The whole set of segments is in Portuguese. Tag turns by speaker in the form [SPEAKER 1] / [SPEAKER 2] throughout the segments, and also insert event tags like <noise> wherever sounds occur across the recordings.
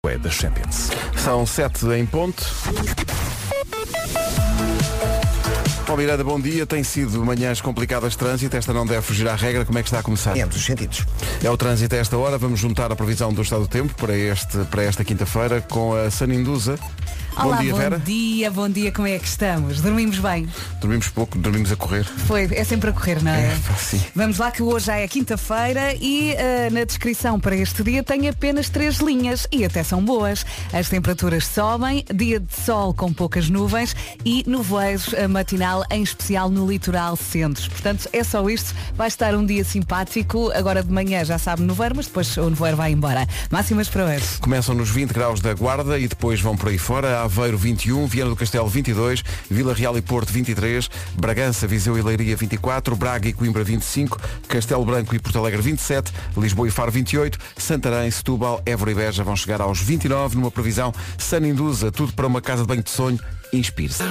[SPEAKER 1] sorteio É da Champions.
[SPEAKER 2] São sete em ponto. Bom, Miranda, bom dia. Tem sido manhãs complicadas de trânsito. Esta não deve fugir à regra. Como é que está a começar?
[SPEAKER 3] Entre os sentidos.
[SPEAKER 2] É o trânsito a esta hora. Vamos juntar a previsão do estado do tempo para, este, para esta quinta-feira com a Saninduza.
[SPEAKER 4] Olá,
[SPEAKER 2] bom dia, Vera.
[SPEAKER 4] dia, bom dia, como é que estamos? Dormimos bem?
[SPEAKER 2] Dormimos pouco, dormimos a correr.
[SPEAKER 4] Foi, é sempre a correr, não é?
[SPEAKER 2] É, pá, sim.
[SPEAKER 4] Vamos lá que hoje já é quinta-feira e ah, na descrição para este dia tem apenas três linhas e até são boas. As temperaturas sobem, dia de sol com poucas nuvens e nevoeiros ah, matinal, em especial no litoral centro. Portanto, é só isto. Vai estar um dia simpático. Agora de manhã já sabe nevoeiro, mas depois o nevoeiro vai embora. Máximas para hoje.
[SPEAKER 2] Começam nos 20 graus da Guarda e depois vão por aí fora. Aveiro 21, Viana do Castelo 22, Vila Real e Porto 23, Bragança, Viseu e Leiria 24, Braga e Coimbra 25, Castelo Branco e Porto Alegre 27, Lisboa e Faro 28, Santarém, Setúbal, Évora e Beja vão chegar aos 29 numa previsão San Indusa, tudo para uma casa de banho de sonho. Inspire-se.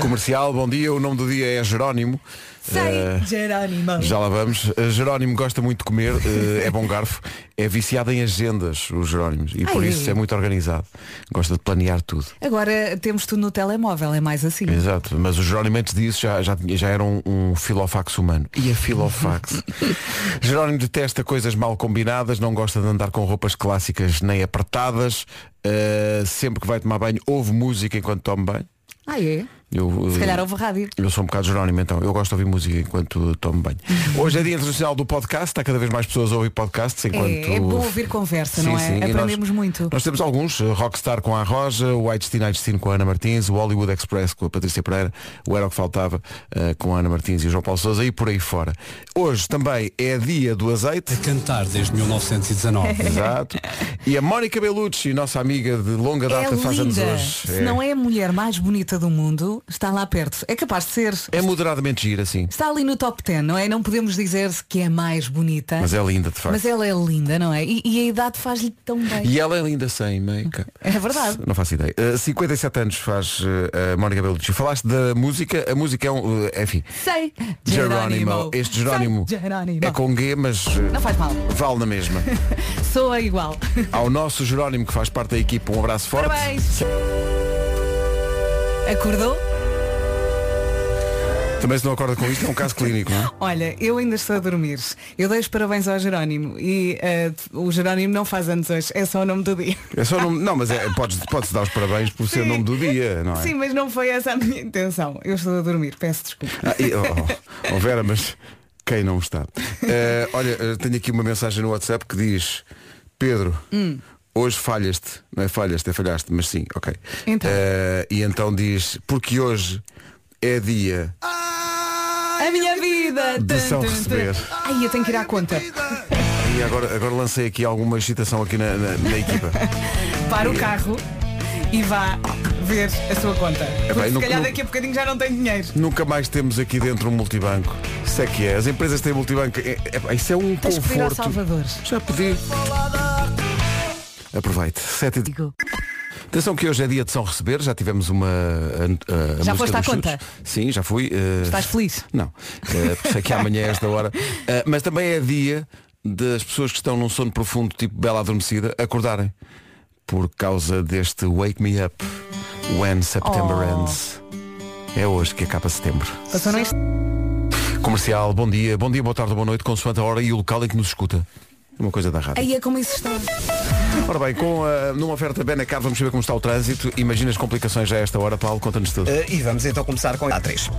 [SPEAKER 2] Comercial, bom dia. O nome do dia é Jerónimo. Eh,
[SPEAKER 4] Sei, Jerónimo.
[SPEAKER 2] já lá vamos. Uh, Jerónimo gosta muito de comer, uh, é bom garfo, é viciado em agendas, o Jerónimo, e por
[SPEAKER 4] Ai.
[SPEAKER 2] isso é muito organizado. Gosta de planear tudo.
[SPEAKER 4] Agora temos tudo no telemóvel, é mais assim.
[SPEAKER 2] Exato, mas o Jerónimo antes disso já, já, tinha- já era um, um filofax humano. E a filofax? <laughs> Jerónimo detesta coisas mal combinadas, não gosta de andar com roupas clássicas nem apertadas, uh, sempre que vai tomar banho ouve música enquanto toma banho.
[SPEAKER 4] Ah, é?
[SPEAKER 2] Eu,
[SPEAKER 4] Se
[SPEAKER 2] uh,
[SPEAKER 4] calhar houve rádio.
[SPEAKER 2] eu sou um bocado Jerónimo, então. Eu gosto de ouvir música enquanto tomo banho.
[SPEAKER 4] Uhum.
[SPEAKER 2] Hoje é Dia Internacional do Podcast. Há cada vez mais pessoas a ouvir podcasts enquanto...
[SPEAKER 4] É, é bom ouvir conversa, não é?
[SPEAKER 2] e nós-
[SPEAKER 4] Aprendemos muito.
[SPEAKER 2] Nós temos alguns. eh, Rockstar com a Roja, o White Stein com a Ana Martins, o Hollywood Express com a Patrícia Pereira, o Era o que Faltava eh, com a Ana Martins e o João Paulo Sousa e por aí fora. Hoje também é Dia do
[SPEAKER 4] <laughs>
[SPEAKER 2] Azeite.
[SPEAKER 1] Cantar desde 1919.
[SPEAKER 2] Exato. E a Mónica Bellucci, nossa amiga de longa
[SPEAKER 4] É
[SPEAKER 2] data, faz anos
[SPEAKER 4] linda.
[SPEAKER 2] hoje.
[SPEAKER 4] Se não é a mulher mais bonita do mundo, está lá perto. É capaz de ser.
[SPEAKER 2] É moderadamente gira, sim.
[SPEAKER 4] Está ali no top 10, não é? Não podemos dizer que é a mais bonita.
[SPEAKER 2] Mas é linda, de facto.
[SPEAKER 4] Mas ela é linda, não é? E, e a idade faz-lhe tão bem.
[SPEAKER 2] E ela é linda sem make-up.
[SPEAKER 4] <laughs> É verdade.
[SPEAKER 2] Não faço ideia. Eh, 57 anos faz eh, a Mónica Bellucci. Falaste da música, a música é um. eh, enfim.
[SPEAKER 4] Sei.
[SPEAKER 2] Jerónimo. Este Jerónimo,
[SPEAKER 4] Sei, Jerónimo.
[SPEAKER 2] é com G, mas eh,
[SPEAKER 4] Não faz mal.
[SPEAKER 2] vale na
[SPEAKER 4] <laughs>
[SPEAKER 2] mesma.
[SPEAKER 4] Soa igual.
[SPEAKER 2] Ao nosso Jerónimo, que faz parte da equipa, um abraço forte.
[SPEAKER 4] Parabéns. Acordou?
[SPEAKER 2] Também se não acorda com isto, é um caso clínico, não é?
[SPEAKER 4] Olha, eu ainda estou a dormir. Eu deixo parabéns ao Jerónimo e eh, o Jerónimo não faz anos hoje, é só o nome do dia.
[SPEAKER 2] É só nome- Não, mas é, podes, podes dar os parabéns por ser o
[SPEAKER 4] Sim.
[SPEAKER 2] nome do dia, não é?
[SPEAKER 4] Sim, mas não foi essa a minha intenção. Eu estou a dormir, peço desculpa.
[SPEAKER 2] Ah, e- oh, oh, Vera, mas quem não está? Eh, olha, eh, tenho aqui uma mensagem no WhatsApp que diz Pedro,
[SPEAKER 4] Hum.
[SPEAKER 2] hoje falhaste, não é falhaste, é falhaste, mas sim, ok.
[SPEAKER 4] Então.
[SPEAKER 2] Eh, e então diz, porque hoje é dia
[SPEAKER 4] A minha vida!
[SPEAKER 2] de
[SPEAKER 4] Tum,
[SPEAKER 2] São
[SPEAKER 4] tum, tum.
[SPEAKER 2] Receber.
[SPEAKER 4] Ai, eu tenho que ir à conta.
[SPEAKER 2] E agora, agora lancei aqui alguma excitação aqui na, na- na equipa.
[SPEAKER 4] Para o carro e vá ver a sua conta. Porque
[SPEAKER 2] bem,
[SPEAKER 4] se
[SPEAKER 2] não-
[SPEAKER 4] calhar
[SPEAKER 2] não-
[SPEAKER 4] daqui a bocadinho já não tenho dinheiro.
[SPEAKER 2] Nunca mais temos aqui dentro um multibanco. Isso é que é. As empresas têm multibanco. É- é- isso é um
[SPEAKER 4] Tens que vir ao
[SPEAKER 2] conforto.
[SPEAKER 4] Salvador.
[SPEAKER 2] Já pedi. Aproveite. Sete e...
[SPEAKER 4] Digo.
[SPEAKER 2] Atenção que hoje é dia de São Receber, já tivemos uma. A, a
[SPEAKER 4] Já
[SPEAKER 2] música
[SPEAKER 4] foste à
[SPEAKER 2] dos
[SPEAKER 4] conta?
[SPEAKER 2] chutes. Sim, já fui. eh,
[SPEAKER 4] Estás feliz?
[SPEAKER 2] Não. Eh, sei que amanhã é esta hora. Eh, mas também é dia das pessoas que estão num sono profundo, tipo bela adormecida, acordarem. Por causa deste Wake Me Up When September
[SPEAKER 4] Oh.
[SPEAKER 2] Ends. É hoje que acaba setembro.
[SPEAKER 4] Passou é? no instante.
[SPEAKER 2] Comercial, bom dia, bom dia, boa tarde, boa noite, consoante a hora e o local em que nos escuta. É Uma coisa da rádio.
[SPEAKER 4] Aí é como isso está.
[SPEAKER 2] Ora bem, com a, numa oferta Benacar vamos saber como está o trânsito. Imagina as complicações já a esta hora, Paulo, conta-nos tudo.
[SPEAKER 3] <laughs> Eh, e vamos então começar com a A3.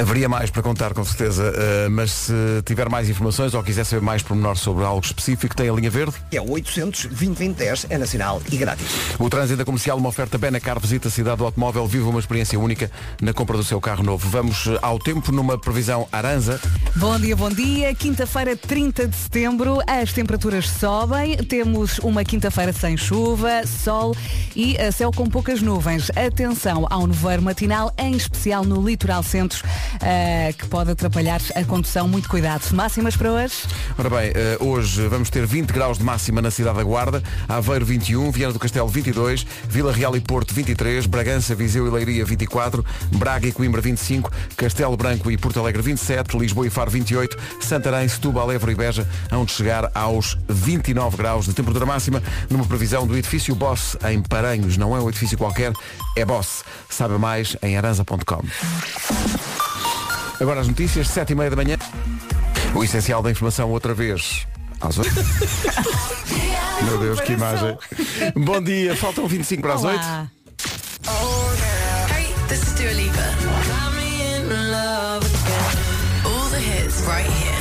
[SPEAKER 2] Haveria mais para contar, com certeza, eh, mas se tiver mais informações ou quiser saber mais pormenor sobre algo específico, tem a linha verde.
[SPEAKER 3] Que é o 800 2010 é nacional e grátis.
[SPEAKER 2] O trânsito da comercial, uma oferta Benacar, visita a cidade do automóvel, viva uma experiência única na compra do seu carro novo. Vamos eh, ao tempo numa previsão aranza.
[SPEAKER 4] Bom dia, bom dia. Quinta-feira, 30 de setembro, as temperaturas sobem. Temos uma quinta-feira sem chuva, sol e eh, céu com poucas nuvens. Atenção ao nevoeiro matinal, em especial no litoral centro, eh, que pode atrapalhar a condução. Muito cuidado. Máximas para hoje?
[SPEAKER 2] Ora bem, eh, hoje vamos ter 20 graus de máxima na cidade da Guarda, Aveiro 21, Viana do Castelo 22, Vila Real e Porto 23, Bragança, Viseu e Leiria 24, Braga e Coimbra 25, Castelo Branco e Porto Alegre 27, Lisboa e Faro 28, Santarém, Setúbal, Évora e Beja, onde chegar aos 29 graus de temperatura máxima, numa previsão do edifício Boss em Paranhos. Não é um edifício qualquer, é Boss. Saiba mais em aranza.com. Agora as notícias, 7h30 da manhã. O essencial da informação outra vez. Às oito. Meu Deus, que imagem. Bom dia, faltam 25 para as 8.
[SPEAKER 4] Olá.
[SPEAKER 5] Hey, this is Dua Lipa. Got me in love again. All the hits right here.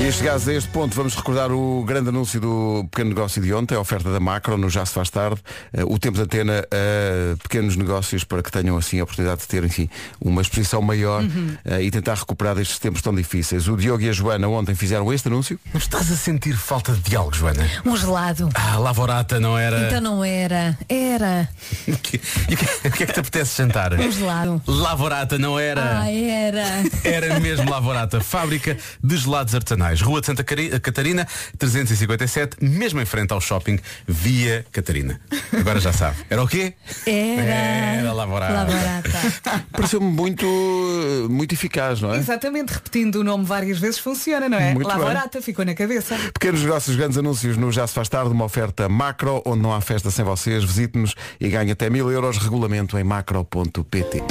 [SPEAKER 2] E chegados a este ponto, vamos recordar o grande anúncio do pequeno negócio de ontem, a oferta da Macro, no Já Se Faz Tarde, eh, o tempo de antena a pequenos negócios para que tenham assim a oportunidade de ter, enfim, uma exposição maior eh, e tentar recuperar estes tempos tão difíceis. O Diogo e a Joana ontem fizeram este anúncio.
[SPEAKER 6] Mas estás a sentir falta de algo, Joana?
[SPEAKER 7] Um gelado.
[SPEAKER 6] Ah, lavorata não era.
[SPEAKER 7] Então não era. Era.
[SPEAKER 6] E o que, e o que- o que é que te apetece jantar?
[SPEAKER 7] Um gelado.
[SPEAKER 6] Lavorata não era.
[SPEAKER 7] Ah, era.
[SPEAKER 6] Era mesmo Lavorata, fábrica de gelados artesanais, Rua de Santa Cari- Catarina, 357, mesmo em frente ao shopping Via Catarina. Agora já sabe. Era o quê?
[SPEAKER 7] Era.
[SPEAKER 6] Era Lavorata.
[SPEAKER 7] Laborata.
[SPEAKER 2] Pareceu-me muito, eh, muito eficaz, não é?
[SPEAKER 4] Exatamente, repetindo o nome várias vezes funciona, não é?
[SPEAKER 2] Muito
[SPEAKER 4] Lá
[SPEAKER 2] bem.
[SPEAKER 4] barata, ficou na cabeça.
[SPEAKER 2] Pequenos negócios, grandes anúncios no Já Se Faz Tarde, uma oferta macro, onde não há festa sem vocês. Visite-nos e ganhe até mil euros. Regulamento em macro.pt.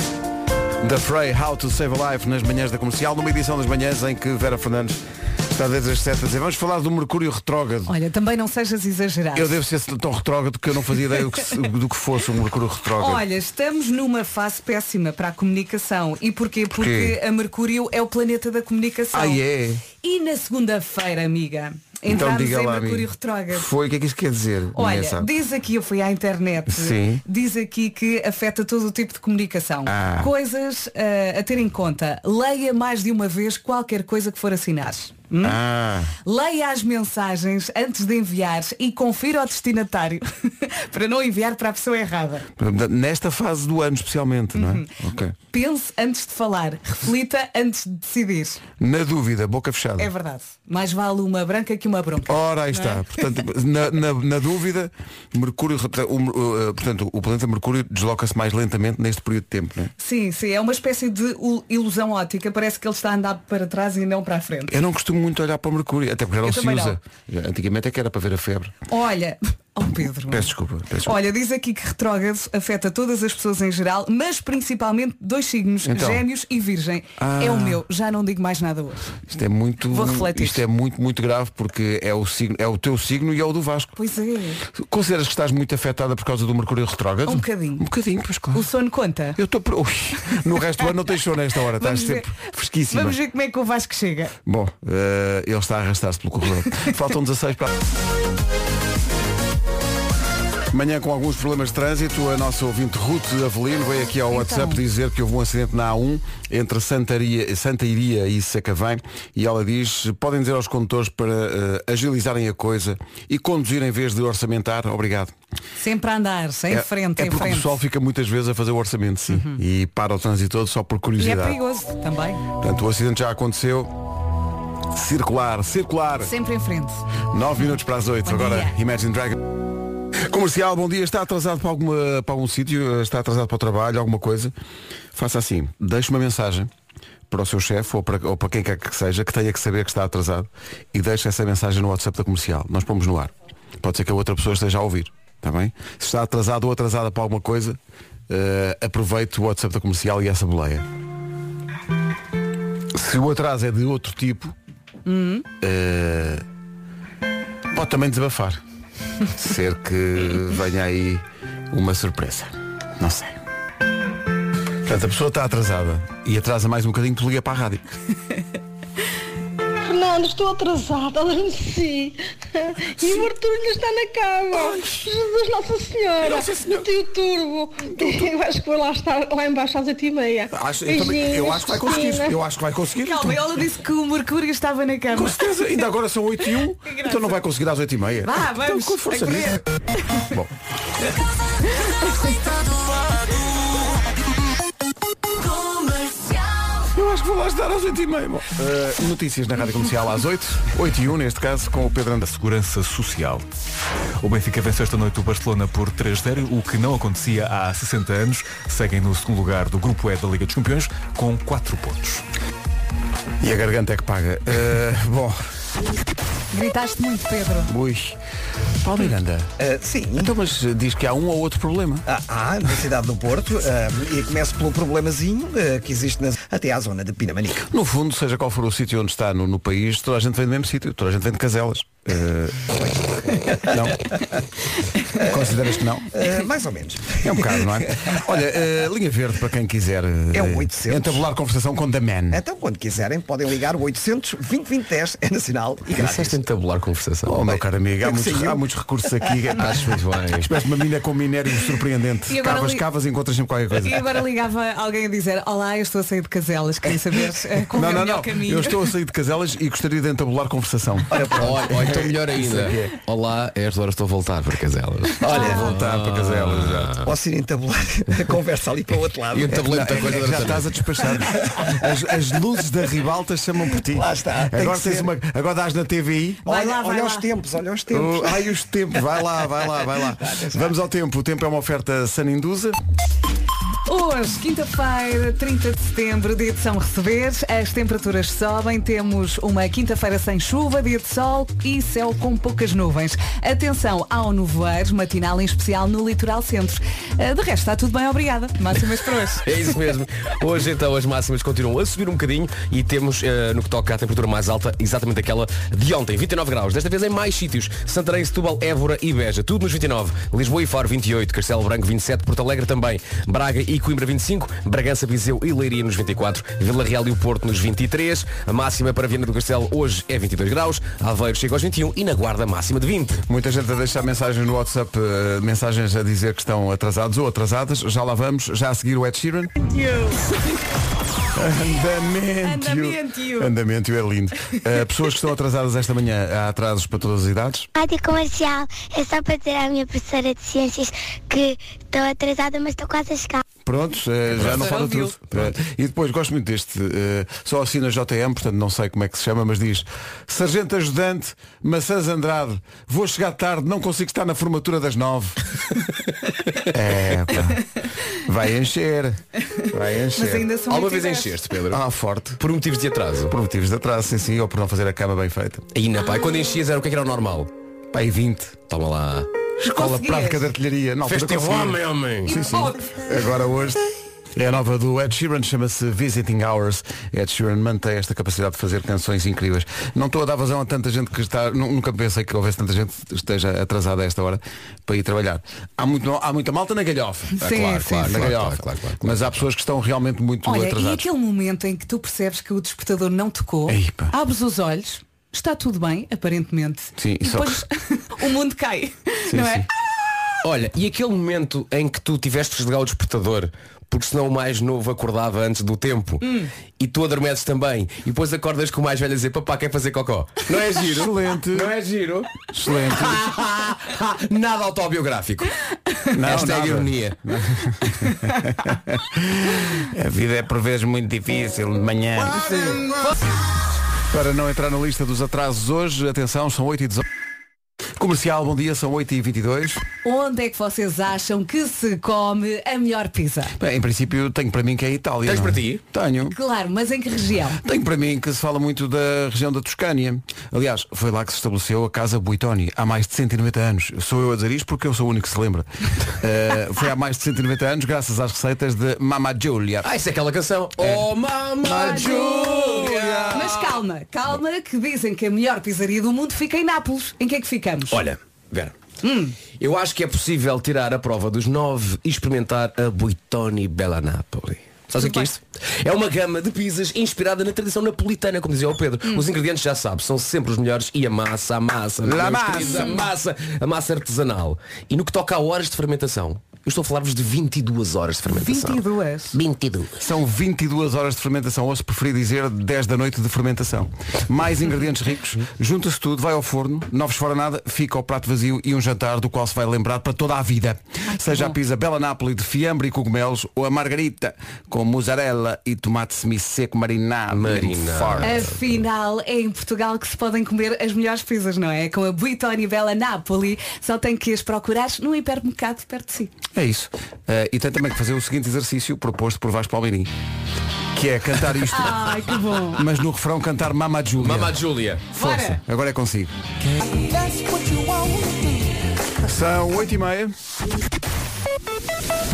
[SPEAKER 2] The Frey, How to Save a Life, nas manhãs da comercial, numa edição das manhãs em que Vera Fernandes está desde as 7 a dizer vamos falar do Mercúrio Retrógrado.
[SPEAKER 4] Olha, também não sejas exagerado.
[SPEAKER 2] Eu devo ser tão retrógrado que eu não fazia ideia do que, se- do que fosse o Mercúrio Retrógrado.
[SPEAKER 4] Olha, estamos numa fase péssima para a comunicação. E porquê?
[SPEAKER 2] Porquê?
[SPEAKER 4] Porque a Mercúrio é o planeta da comunicação.
[SPEAKER 2] Ah, é?
[SPEAKER 4] E na segunda-feira, amiga,
[SPEAKER 2] Então
[SPEAKER 4] entramos
[SPEAKER 2] diga
[SPEAKER 4] em
[SPEAKER 2] lá.
[SPEAKER 4] Mercúrio
[SPEAKER 2] amigo.
[SPEAKER 4] Retrógrado.
[SPEAKER 2] Foi, o que é que isto quer dizer? Ninguém
[SPEAKER 4] Olha,
[SPEAKER 2] sabe.
[SPEAKER 4] diz aqui, eu fui à internet,
[SPEAKER 2] Sim.
[SPEAKER 4] diz aqui que afeta todo o tipo de comunicação.
[SPEAKER 2] Ah.
[SPEAKER 4] Coisas ah, a ter em conta. Leia mais de uma vez qualquer coisa que for assinar. Hum?
[SPEAKER 2] Ah,
[SPEAKER 4] Leia as mensagens antes de enviar e confira ao destinatário <laughs> para não enviar para a pessoa errada.
[SPEAKER 2] portanto, nesta fase do ano especialmente, não é?
[SPEAKER 4] Uhum.
[SPEAKER 2] Ok.
[SPEAKER 4] Pense antes de falar, reflita antes de decidir.
[SPEAKER 2] Na dúvida, boca fechada.
[SPEAKER 4] É verdade. Mais vale uma branca que uma bronca.
[SPEAKER 2] Ora, aí
[SPEAKER 4] é?
[SPEAKER 2] está. Portanto, na, na- na dúvida, Mercúrio, portanto, o, Mer- eh, portanto, o planeta Mercúrio desloca-se mais lentamente neste período de tempo, não é?
[SPEAKER 4] Sim, sim, é uma espécie de u- ilusão ótica. Parece que ele está a andar para trás e não para a frente.
[SPEAKER 2] Eu não costumo muito olhar para o Mercúrio, até porque já não
[SPEAKER 4] Eu
[SPEAKER 2] se
[SPEAKER 4] também
[SPEAKER 2] usa. Antigamente é que era para ver a febre.
[SPEAKER 4] Olha, <laughs> oh Pedro.
[SPEAKER 2] Peço desculpa. Peço desculpa.
[SPEAKER 4] Olha, diz aqui que retrógrado afeta todas as pessoas em geral, mas principalmente dois signos,
[SPEAKER 2] Então.
[SPEAKER 4] gêmeos e virgem.
[SPEAKER 2] Ah.
[SPEAKER 4] É o meu, já não digo mais nada hoje.
[SPEAKER 2] Isto é muito,
[SPEAKER 4] Vou refletir.
[SPEAKER 2] isto é muito, muito grave porque é o, signo, é o teu signo e é o do Vasco.
[SPEAKER 4] Pois é,
[SPEAKER 2] Consideras que estás muito afetada por causa do Mercúrio retrógrado?
[SPEAKER 4] Um bocadinho.
[SPEAKER 2] Um bocadinho, pois claro.
[SPEAKER 4] o sono conta.
[SPEAKER 2] Eu estou. Ui, No resto do ano não tens sono a esta hora, estás
[SPEAKER 4] <laughs> Vamos ver.
[SPEAKER 2] sempre fresquíssima.
[SPEAKER 4] Vamos ver como é que o Vasco chega.
[SPEAKER 2] Bom, eh, ele está a arrastar-se pelo
[SPEAKER 4] <laughs>
[SPEAKER 2] corredor. Faltam 16 para. Manhã com alguns problemas de trânsito, a nossa ouvinte Ruth Avelino veio aqui
[SPEAKER 4] Então.
[SPEAKER 2] ao WhatsApp dizer que houve um acidente na A1 entre Santaria, Santa Iria e Sacavém e ela diz, podem dizer aos condutores para eh, agilizarem a coisa e conduzir em vez de orçamentar, obrigado.
[SPEAKER 4] Sempre a andar, em
[SPEAKER 2] é,
[SPEAKER 4] frente,
[SPEAKER 2] é
[SPEAKER 4] em
[SPEAKER 2] porque o
[SPEAKER 4] frente. Uhum.
[SPEAKER 2] pessoal fica muitas vezes a fazer o orçamento, sim, e para o trânsito todo só por
[SPEAKER 4] E é
[SPEAKER 2] curiosidade.
[SPEAKER 4] perigoso também.
[SPEAKER 2] Portanto, o acidente já aconteceu. Circular, circular.
[SPEAKER 4] Sempre em frente.
[SPEAKER 2] 9 minutos para as 8.
[SPEAKER 4] Bom
[SPEAKER 2] Agora,
[SPEAKER 4] dia.
[SPEAKER 2] Imagine Dragon. Comercial, bom dia. Está atrasado para, alguma, para algum sítio? Está atrasado para o trabalho? Alguma coisa? Faça assim. Deixe uma mensagem para o seu chefe ou para, ou para quem quer que seja que tenha que saber que está atrasado e deixe essa mensagem no WhatsApp da comercial. Nós pomos no ar. Pode ser que a outra pessoa esteja a ouvir. Está bem? Se está atrasado ou atrasada para alguma coisa, eh, aproveite o WhatsApp da comercial e essa boleia. Se o atraso é de outro tipo,
[SPEAKER 4] Hum.
[SPEAKER 2] eh, pode também desabafar. <laughs> Ser que venha aí uma surpresa. Não sei. Portanto, a pessoa está atrasada e atrasa mais um bocadinho, tu liga para a rádio.
[SPEAKER 8] Fernando, estou atrasada, adormeci. E o Arthur ainda está na cama. Jesus Nossa Senhora.
[SPEAKER 2] Nossa Senhora.
[SPEAKER 8] Tio Turbo. Eu acho que vou lá estar lá embaixo às 8h30.
[SPEAKER 2] Acho, eu, também- eu acho que vai conseguir. Eu acho que vai conseguir. então,
[SPEAKER 4] Calma, ela disse que o Mercúrio estava na
[SPEAKER 2] Com
[SPEAKER 4] cama.
[SPEAKER 2] certeza, ainda agora são 8 e 1,
[SPEAKER 4] graça.
[SPEAKER 2] então não vai conseguir às 8 e meia.
[SPEAKER 4] Vá,
[SPEAKER 2] então,
[SPEAKER 4] vamos,
[SPEAKER 2] com força
[SPEAKER 4] a correr.
[SPEAKER 2] nisso. Bom. acho que vou lá estar às 8 e meia. eh, notícias na Rádio Comercial às 8, 8 e 1, neste caso, com o Pedro André.
[SPEAKER 9] Segurança Social. O Benfica venceu esta noite o Barcelona por 3-0, o que não acontecia há 60 anos. Seguem no segundo lugar do Grupo E da Liga dos Campeões com 4 pontos.
[SPEAKER 2] E a garganta é que paga. Uh, bom,
[SPEAKER 4] Gritaste muito, Pedro.
[SPEAKER 2] ui. Paulo Miranda,
[SPEAKER 3] Ah, sim.
[SPEAKER 2] então mas eh, diz que há um ou outro problema.
[SPEAKER 3] Ah, ah, na cidade do Porto. ah, e começo pelo problemazinho ah, que existe nas- até à zona de Pinamanica.
[SPEAKER 2] No fundo, seja qual for o sítio onde está no, no país, toda a gente vem do mesmo sítio, toda a gente vem de caselas. Eh, não. Consideras que não?
[SPEAKER 1] <laughs>
[SPEAKER 3] Ah, mais ou menos.
[SPEAKER 2] É um bocado, não é? Olha, eh, linha verde para quem quiser eh,
[SPEAKER 3] É um 800.
[SPEAKER 2] entabular conversação com The Man.
[SPEAKER 3] Então, quando quiserem, podem ligar o 800 2010 é nacional e grátis.
[SPEAKER 10] Disseste entabular conversação.
[SPEAKER 2] Oh, meu caro amigo, há
[SPEAKER 3] é que
[SPEAKER 2] muitos,
[SPEAKER 3] saiu.
[SPEAKER 2] há muitos recursos aqui.
[SPEAKER 10] Acho muito bem.
[SPEAKER 2] Espécie de uma mina com minério surpreendente.
[SPEAKER 4] E agora
[SPEAKER 2] Cavas,
[SPEAKER 4] li-
[SPEAKER 2] cavas e encontras sempre qualquer coisa.
[SPEAKER 4] E agora ligava alguém a dizer Olá, eu estou a sair de caselas, queria saber eh, qual
[SPEAKER 2] Não,
[SPEAKER 4] é o
[SPEAKER 2] não,
[SPEAKER 4] melhor
[SPEAKER 2] não.
[SPEAKER 4] caminho
[SPEAKER 2] Eu estou a sair de caselas e gostaria de entabular conversação. Olha,
[SPEAKER 10] Olha, olha, estou melhor ainda. Olá, é a esta hora estou a voltar para caselas.
[SPEAKER 2] Olha, voltar para caselas. exato.
[SPEAKER 3] Posso ir entabular <laughs> a conversa ali para o outro lado. Eh,
[SPEAKER 10] E um o tabuleiro muita coisa
[SPEAKER 2] É que já
[SPEAKER 10] durante a
[SPEAKER 2] estás a despachar. As, as luzes da ribalta chamam por ti.
[SPEAKER 3] Lá está, tem
[SPEAKER 2] Agora
[SPEAKER 3] que
[SPEAKER 2] tens
[SPEAKER 3] ser.
[SPEAKER 2] uma. Agora dás na TVI.
[SPEAKER 4] Vai
[SPEAKER 3] olha
[SPEAKER 4] lá, vai
[SPEAKER 3] olha os
[SPEAKER 4] lá.
[SPEAKER 3] tempos, olha os tempos.
[SPEAKER 10] Uh.
[SPEAKER 2] Oh, Ai, os tempos. <laughs> Vai lá, vai lá, vai lá. Vamos ao tempo. O tempo é uma oferta Saninduza.
[SPEAKER 4] Hoje, quinta-feira, 30 de setembro, dia de São Receber. As temperaturas sobem. Temos uma quinta-feira sem chuva, dia de sol e céu com poucas nuvens. Atenção ao nevoeiro matinal, em especial no litoral centro. Eh, De resto, está tudo bem, obrigada. Máximas para hoje.
[SPEAKER 10] É isso mesmo. Hoje então as máximas continuam a subir um bocadinho e temos eh, no que toca à temperatura mais alta, exatamente aquela de ontem, 29 graus. Desta vez em mais sítios. Santarém, Setúbal, Évora e Beja, tudo nos 29. Lisboa e Faro 28, Castelo Branco 27, Porto Alegre também, Braga e Coimbra 25, Bragança, Viseu e Leiria nos 24, Vila Real e o Porto nos 23. A máxima para Viana do Castelo hoje é 22 graus, Aveiro chega aos 21 e na Guarda máxima de 20.
[SPEAKER 2] Muita gente a deixar mensagem no WhatsApp, eh, mensagens a dizer que estão atrasados ou atrasadas. Já lá vamos, já a seguir o Ed Sheeran. Andamento.
[SPEAKER 4] Andamento.
[SPEAKER 2] Andamento é lindo. Eh, pessoas que estão atrasadas esta manhã, há atrasos para todas as idades.
[SPEAKER 11] Rádio Comercial, é só para dizer à minha professora de ciências que estou atrasada, mas estou quase a chegar.
[SPEAKER 2] Prontos, eh, já não
[SPEAKER 4] É Já
[SPEAKER 2] falta
[SPEAKER 4] ouviu.
[SPEAKER 2] tudo. Eh, e depois gosto muito deste, eh, só assina JM, portanto não sei como é que se chama, mas diz Sargento Ajudante, Maçãs Andrade, vou chegar tarde, não consigo estar na formatura das
[SPEAKER 4] <laughs>
[SPEAKER 2] nove. é, pá. Vai encher. Vai encher.
[SPEAKER 4] Mas ainda são
[SPEAKER 10] Alguma
[SPEAKER 4] muito
[SPEAKER 10] vez
[SPEAKER 4] diversos.
[SPEAKER 10] encheste, Pedro?
[SPEAKER 2] Ah, forte.
[SPEAKER 10] Por motivos de atraso.
[SPEAKER 2] Por motivos de atraso, sim, sim, ou por não fazer a cama bem feita.
[SPEAKER 10] E na pai, quando enchias era o que é que era o normal?
[SPEAKER 2] Pai 20.
[SPEAKER 10] Toma lá.
[SPEAKER 2] Escola
[SPEAKER 4] conseguias.
[SPEAKER 2] Prática de Artilharia. Não,
[SPEAKER 10] um homem.
[SPEAKER 4] E pode.
[SPEAKER 2] Agora hoje é a nova do Ed Sheeran, chama-se Visiting Hours. Ed Sheeran mantém esta capacidade de fazer canções incríveis. Não estou a dar vazão a tanta gente que está. nu- Nunca pensei que houvesse tanta gente que esteja atrasada a esta hora para ir trabalhar. Há, muito, há muita malta na galhofa. Ah,
[SPEAKER 4] Sim,
[SPEAKER 2] claro,
[SPEAKER 4] sim,
[SPEAKER 2] claro,
[SPEAKER 4] sim.
[SPEAKER 2] na
[SPEAKER 10] Claro,
[SPEAKER 2] galhofa.
[SPEAKER 10] claro, claro, claro,
[SPEAKER 2] Mas há pessoas que estão realmente muito
[SPEAKER 4] Olha, e
[SPEAKER 2] atrasadas.
[SPEAKER 4] aquele momento em que tu percebes que o despertador não tocou,
[SPEAKER 2] Ei, pá.
[SPEAKER 4] abres os olhos, está tudo bem, aparentemente.
[SPEAKER 2] Sim,
[SPEAKER 4] e
[SPEAKER 2] só
[SPEAKER 4] depois <laughs> o mundo cai. não é?
[SPEAKER 2] sim.
[SPEAKER 10] Olha, e aquele momento em que tu tiveste que desligar o despertador, porque senão o mais novo acordava antes do tempo, e tu adormeces também, e depois acordas com o mais velho a dizer, papá, quer fazer cocó? Não é giro?
[SPEAKER 2] Excelente.
[SPEAKER 10] Não é giro? <laughs>
[SPEAKER 4] <laughs>
[SPEAKER 2] Excelente.
[SPEAKER 10] Nada autobiográfico.
[SPEAKER 2] Não,
[SPEAKER 10] Esta é
[SPEAKER 2] nada.
[SPEAKER 10] a ironia.
[SPEAKER 2] <laughs> A vida é por vezes muito difícil de manhã. Para não entrar na lista dos atrasos hoje, atenção, são 8 e 18. Comercial, bom dia, são 8 e 22.
[SPEAKER 4] Onde é que vocês acham que se come a melhor pizza?
[SPEAKER 2] Bem, em princípio, tenho para mim que é a Itália.
[SPEAKER 10] Tens
[SPEAKER 2] não é?
[SPEAKER 10] para ti?
[SPEAKER 2] Tenho.
[SPEAKER 4] Claro, mas em que região?
[SPEAKER 2] Tenho para mim que se fala muito da região da Toscânia. Aliás, foi lá que se estabeleceu a Casa Buitoni, há mais de 190 anos. Sou eu a dizer isto porque eu sou o único que se lembra. <laughs> Eh, foi há mais de 190 anos, graças às receitas de Mama Giulia.
[SPEAKER 10] Ah, isso é aquela canção. Oh mama Julia.
[SPEAKER 4] Mas calma, calma, que dizem que a melhor pizzaria do mundo fica em Nápoles. Em que é que ficamos?
[SPEAKER 10] Olha, Vera. Eu acho que é possível tirar a prova dos nove e experimentar a Buitoni Bella Napoli. Sabes o que é isto? É uma gama de pizzas inspirada na tradição napolitana, como dizia o Pedro. Os ingredientes já sabes, são sempre os melhores e a massa, a massa,
[SPEAKER 2] La
[SPEAKER 10] meus queridos,
[SPEAKER 2] massa.
[SPEAKER 10] a massa, a massa artesanal. E no que toca a horas de fermentação, Eu estou a falar-vos de 22 horas de fermentação.
[SPEAKER 4] 22.
[SPEAKER 10] 22.
[SPEAKER 2] São 22 horas de fermentação, ou se preferir dizer 10 da noite de fermentação. Mais ingredientes ricos, junta-se tudo, vai ao forno, não vos fora nada, fica o prato vazio e um jantar do qual se vai lembrar para toda a vida. Seja a pizza Bela Nápoles de fiambre e cogumelos ou a margarita com mussarela e tomate semi-seco marinado.
[SPEAKER 10] Marinado.
[SPEAKER 2] Forte.
[SPEAKER 4] Afinal, é em Portugal que se podem comer as melhores pizzas, não é? Com a Buitoni Bella Napoli, só tem que as procurar num hipermercado perto de si.
[SPEAKER 2] É isso. Eh, e tem também que fazer o seguinte exercício proposto por Vasco Palmeirim, que é cantar isto.
[SPEAKER 4] Ai, que bom.
[SPEAKER 2] Mas no refrão cantar Mama Júlia.
[SPEAKER 10] Mama Júlia.
[SPEAKER 2] Força, agora é consigo. São 8 e meia.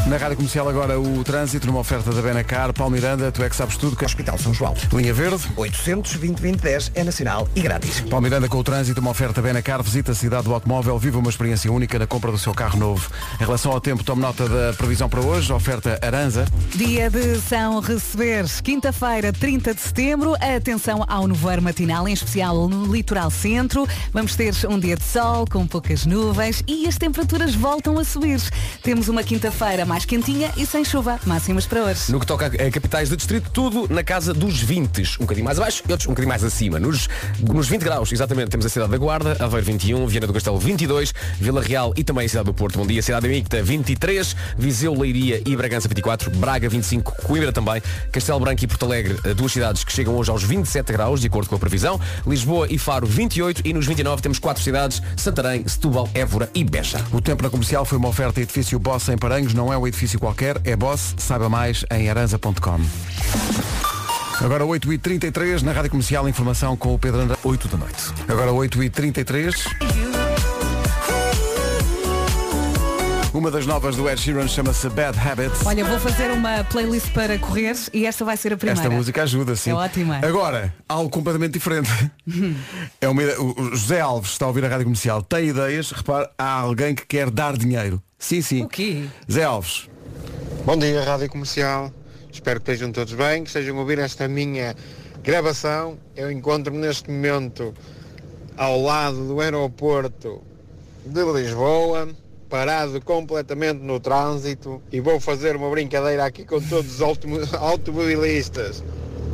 [SPEAKER 2] Na Rádio Comercial agora o trânsito numa oferta da Benacar. Paulo Miranda, tu é que sabes tudo. Que...
[SPEAKER 3] Hospital São João.
[SPEAKER 2] Linha Verde.
[SPEAKER 3] 820-2010 é nacional e grátis.
[SPEAKER 2] Paulo Miranda com o trânsito, uma oferta Benacar, visita a cidade do automóvel, viva uma experiência única na compra do seu carro novo. Em relação ao tempo, tome nota da previsão para hoje, oferta Aranza.
[SPEAKER 4] Dia de São Receber, quinta-feira, 30 de setembro. Atenção ao nevoeiro matinal, em especial no litoral centro. Vamos ter um dia de sol, com poucas nuvens e as temperaturas voltam a subir. Temos uma quinta-feira mais quentinha e sem chuva. Máximas para hoje.
[SPEAKER 10] No que toca a a capitais do distrito, tudo na casa dos 20. Um bocadinho mais abaixo e outros um bocadinho mais acima. Nos, nos 20 graus, exatamente, temos a cidade da Guarda, Aveiro 21, Viana do Castelo 22, Vila Real e também a cidade do Porto. Bom dia, cidade Micta 23, Viseu, Leiria e Bragança 24, Braga 25, Coimbra também, Castelo Branco e Porto Alegre, eh, duas cidades que chegam hoje aos 27 graus, de acordo com a previsão. Lisboa e Faro 28 e nos 29 temos quatro cidades, Santarém, Setúbal, Évora e Beja.
[SPEAKER 2] O tempo na comercial foi uma oferta edifício Boss em Paranhos, não é um edifício qualquer, é Boss, saiba mais em aranza.com. Agora 8h33, na Rádio Comercial, informação com o Pedro André.
[SPEAKER 9] 8 da noite.
[SPEAKER 2] Agora 8h33. Uma das novas do Ed Sheeran chama-se Bad Habits.
[SPEAKER 4] Olha, vou fazer uma playlist para correr e esta vai ser a primeira.
[SPEAKER 2] Esta música ajuda, sim.
[SPEAKER 4] É ótima.
[SPEAKER 2] Agora, algo completamente
[SPEAKER 4] <laughs>
[SPEAKER 2] diferente. é uma ideia- o o José Alves está a ouvir a rádio comercial. Tem ideias, repare, há alguém que quer dar dinheiro. Sim, sim. O
[SPEAKER 4] quê?
[SPEAKER 2] Zé Alves.
[SPEAKER 12] Bom dia, Rádio Comercial. Espero que estejam todos bem, que estejam a ouvir esta minha gravação. Eu encontro-me neste momento ao lado do aeroporto de Lisboa, parado completamente no trânsito e vou fazer uma brincadeira aqui com todos os automo- automobilistas.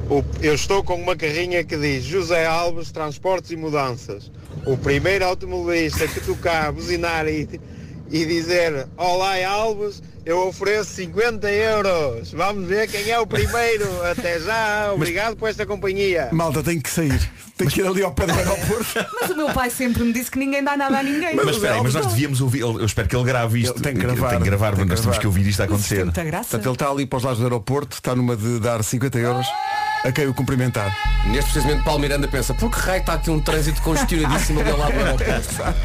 [SPEAKER 12] O- eu estou com uma carrinha que diz José Alves Transportes e Mudanças. O primeiro automobilista que tocar, buzinar e, e dizer Olá Alves, eu ofereço 50 euros. Vamos ver quem é o primeiro. Até já, obrigado por esta companhia.
[SPEAKER 2] Malta, tem que sair. Tem que ir ali ao pé do aeroporto.
[SPEAKER 4] Mas o meu pai sempre me disse que ninguém dá nada a ninguém.
[SPEAKER 13] Mas espera aí, mas nós devíamos ouvir. ele- Eu espero que ele grave isto.
[SPEAKER 2] Ele tem que gravar.
[SPEAKER 13] Tem que gravar,
[SPEAKER 2] Tem que
[SPEAKER 13] nós temos
[SPEAKER 2] gravar.
[SPEAKER 13] que ouvir isto a acontecer.
[SPEAKER 4] muita graça.
[SPEAKER 2] Portanto, ele está ali para os lados do aeroporto, está numa de dar 50 euros a quem o cumprimentar.
[SPEAKER 10] Neste preciso momento, Paulo Miranda pensa, por que raio está aqui um trânsito congestionadíssimo ali ao lado do aeroporto?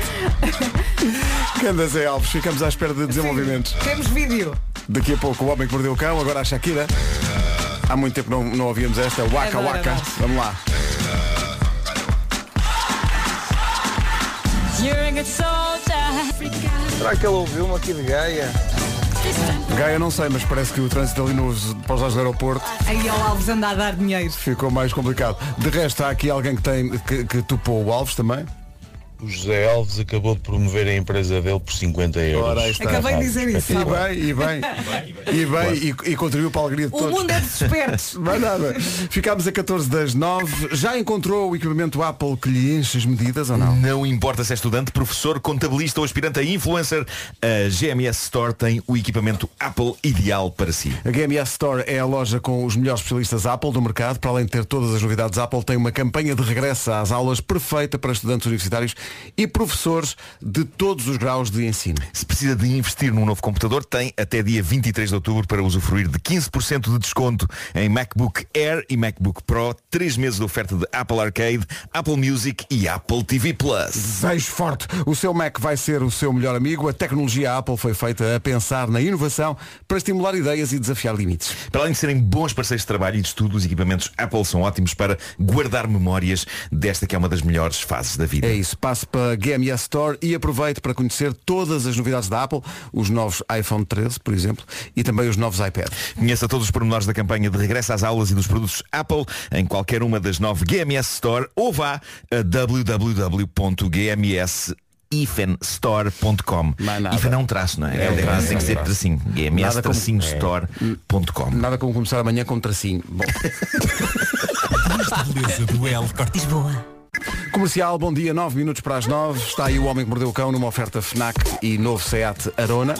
[SPEAKER 2] Canda Zé Alves, ficamos à espera de desenvolvimentos.
[SPEAKER 4] Temos vídeo.
[SPEAKER 2] Daqui a pouco o homem que mordeu o cão, agora a Shakira. Há muito tempo não, não ouvimos esta Waka
[SPEAKER 4] Adoro,
[SPEAKER 2] Waka.
[SPEAKER 4] adoro.
[SPEAKER 2] Vamos lá.
[SPEAKER 14] Será que ele ouviu-me aqui de Gaia?
[SPEAKER 2] Gaia não sei, mas parece que o trânsito ali nos, para os lados do aeroporto
[SPEAKER 4] Aí ao Alves anda a dar dinheiro.
[SPEAKER 2] ficou mais complicado. De resto, há aqui alguém que, tem, que, que topou o Alves também.
[SPEAKER 4] Tá
[SPEAKER 15] O José Alves acabou de promover a empresa dele por 50 euros. É
[SPEAKER 2] Ora, aí está. E bem, e bem,
[SPEAKER 4] <laughs>
[SPEAKER 2] e bem, e, e contribuiu para a alegria de
[SPEAKER 4] O
[SPEAKER 2] todos.
[SPEAKER 4] mundo é dos
[SPEAKER 2] <laughs>
[SPEAKER 4] espertos.
[SPEAKER 2] Mais nada. Ficámos a 14 das 9. Já encontrou o equipamento Apple que lhe enche as medidas ou não?
[SPEAKER 13] Não importa se é estudante, professor, contabilista ou aspirante a influencer, a GMS Store tem o equipamento Apple ideal para si.
[SPEAKER 2] A GMS Store é a loja com os melhores especialistas Apple do mercado. Para além de ter todas as novidades Apple, tem uma campanha de regresso às aulas perfeita para estudantes universitários e professores de todos os graus de ensino.
[SPEAKER 13] Se precisa de investir num novo computador, tem até dia 23 de outubro para usufruir de 15% de desconto em MacBook Air e MacBook Pro, 3 meses de oferta de Apple Arcade, Apple Music e Apple TV Plus.
[SPEAKER 2] Desejo forte. O seu Mac vai ser o seu melhor amigo. A tecnologia Apple foi feita a pensar na inovação para estimular ideias e desafiar limites.
[SPEAKER 13] Para além de serem bons parceiros de trabalho e de estudo, os equipamentos Apple são ótimos para guardar memórias desta que é uma das melhores fases da vida.
[SPEAKER 2] É isso, passe para a GMS Store e aproveite para conhecer todas as novidades da Apple, os novos iPhone 13, por exemplo, e também os novos iPad.
[SPEAKER 13] Conheça todos os pormenores da campanha de regresso às aulas e dos produtos Apple em qualquer uma das nove GMS Store ou vá a www.gms ifenstore.com. Ifen é um traço, não é?
[SPEAKER 2] É um
[SPEAKER 13] É,
[SPEAKER 2] traço,
[SPEAKER 13] tem
[SPEAKER 2] é um
[SPEAKER 13] que ser
[SPEAKER 2] traço.
[SPEAKER 13] tracinho. É
[SPEAKER 2] Nada como- é.
[SPEAKER 13] ms-store.com.
[SPEAKER 2] Nada como começar amanhã com um tracinho. Bom. beleza do El Corte Lisboa. Comercial, bom dia, 9 minutos para as 9. Está aí o Homem que Mordeu o Cão numa oferta FNAC e novo SEAT Arona.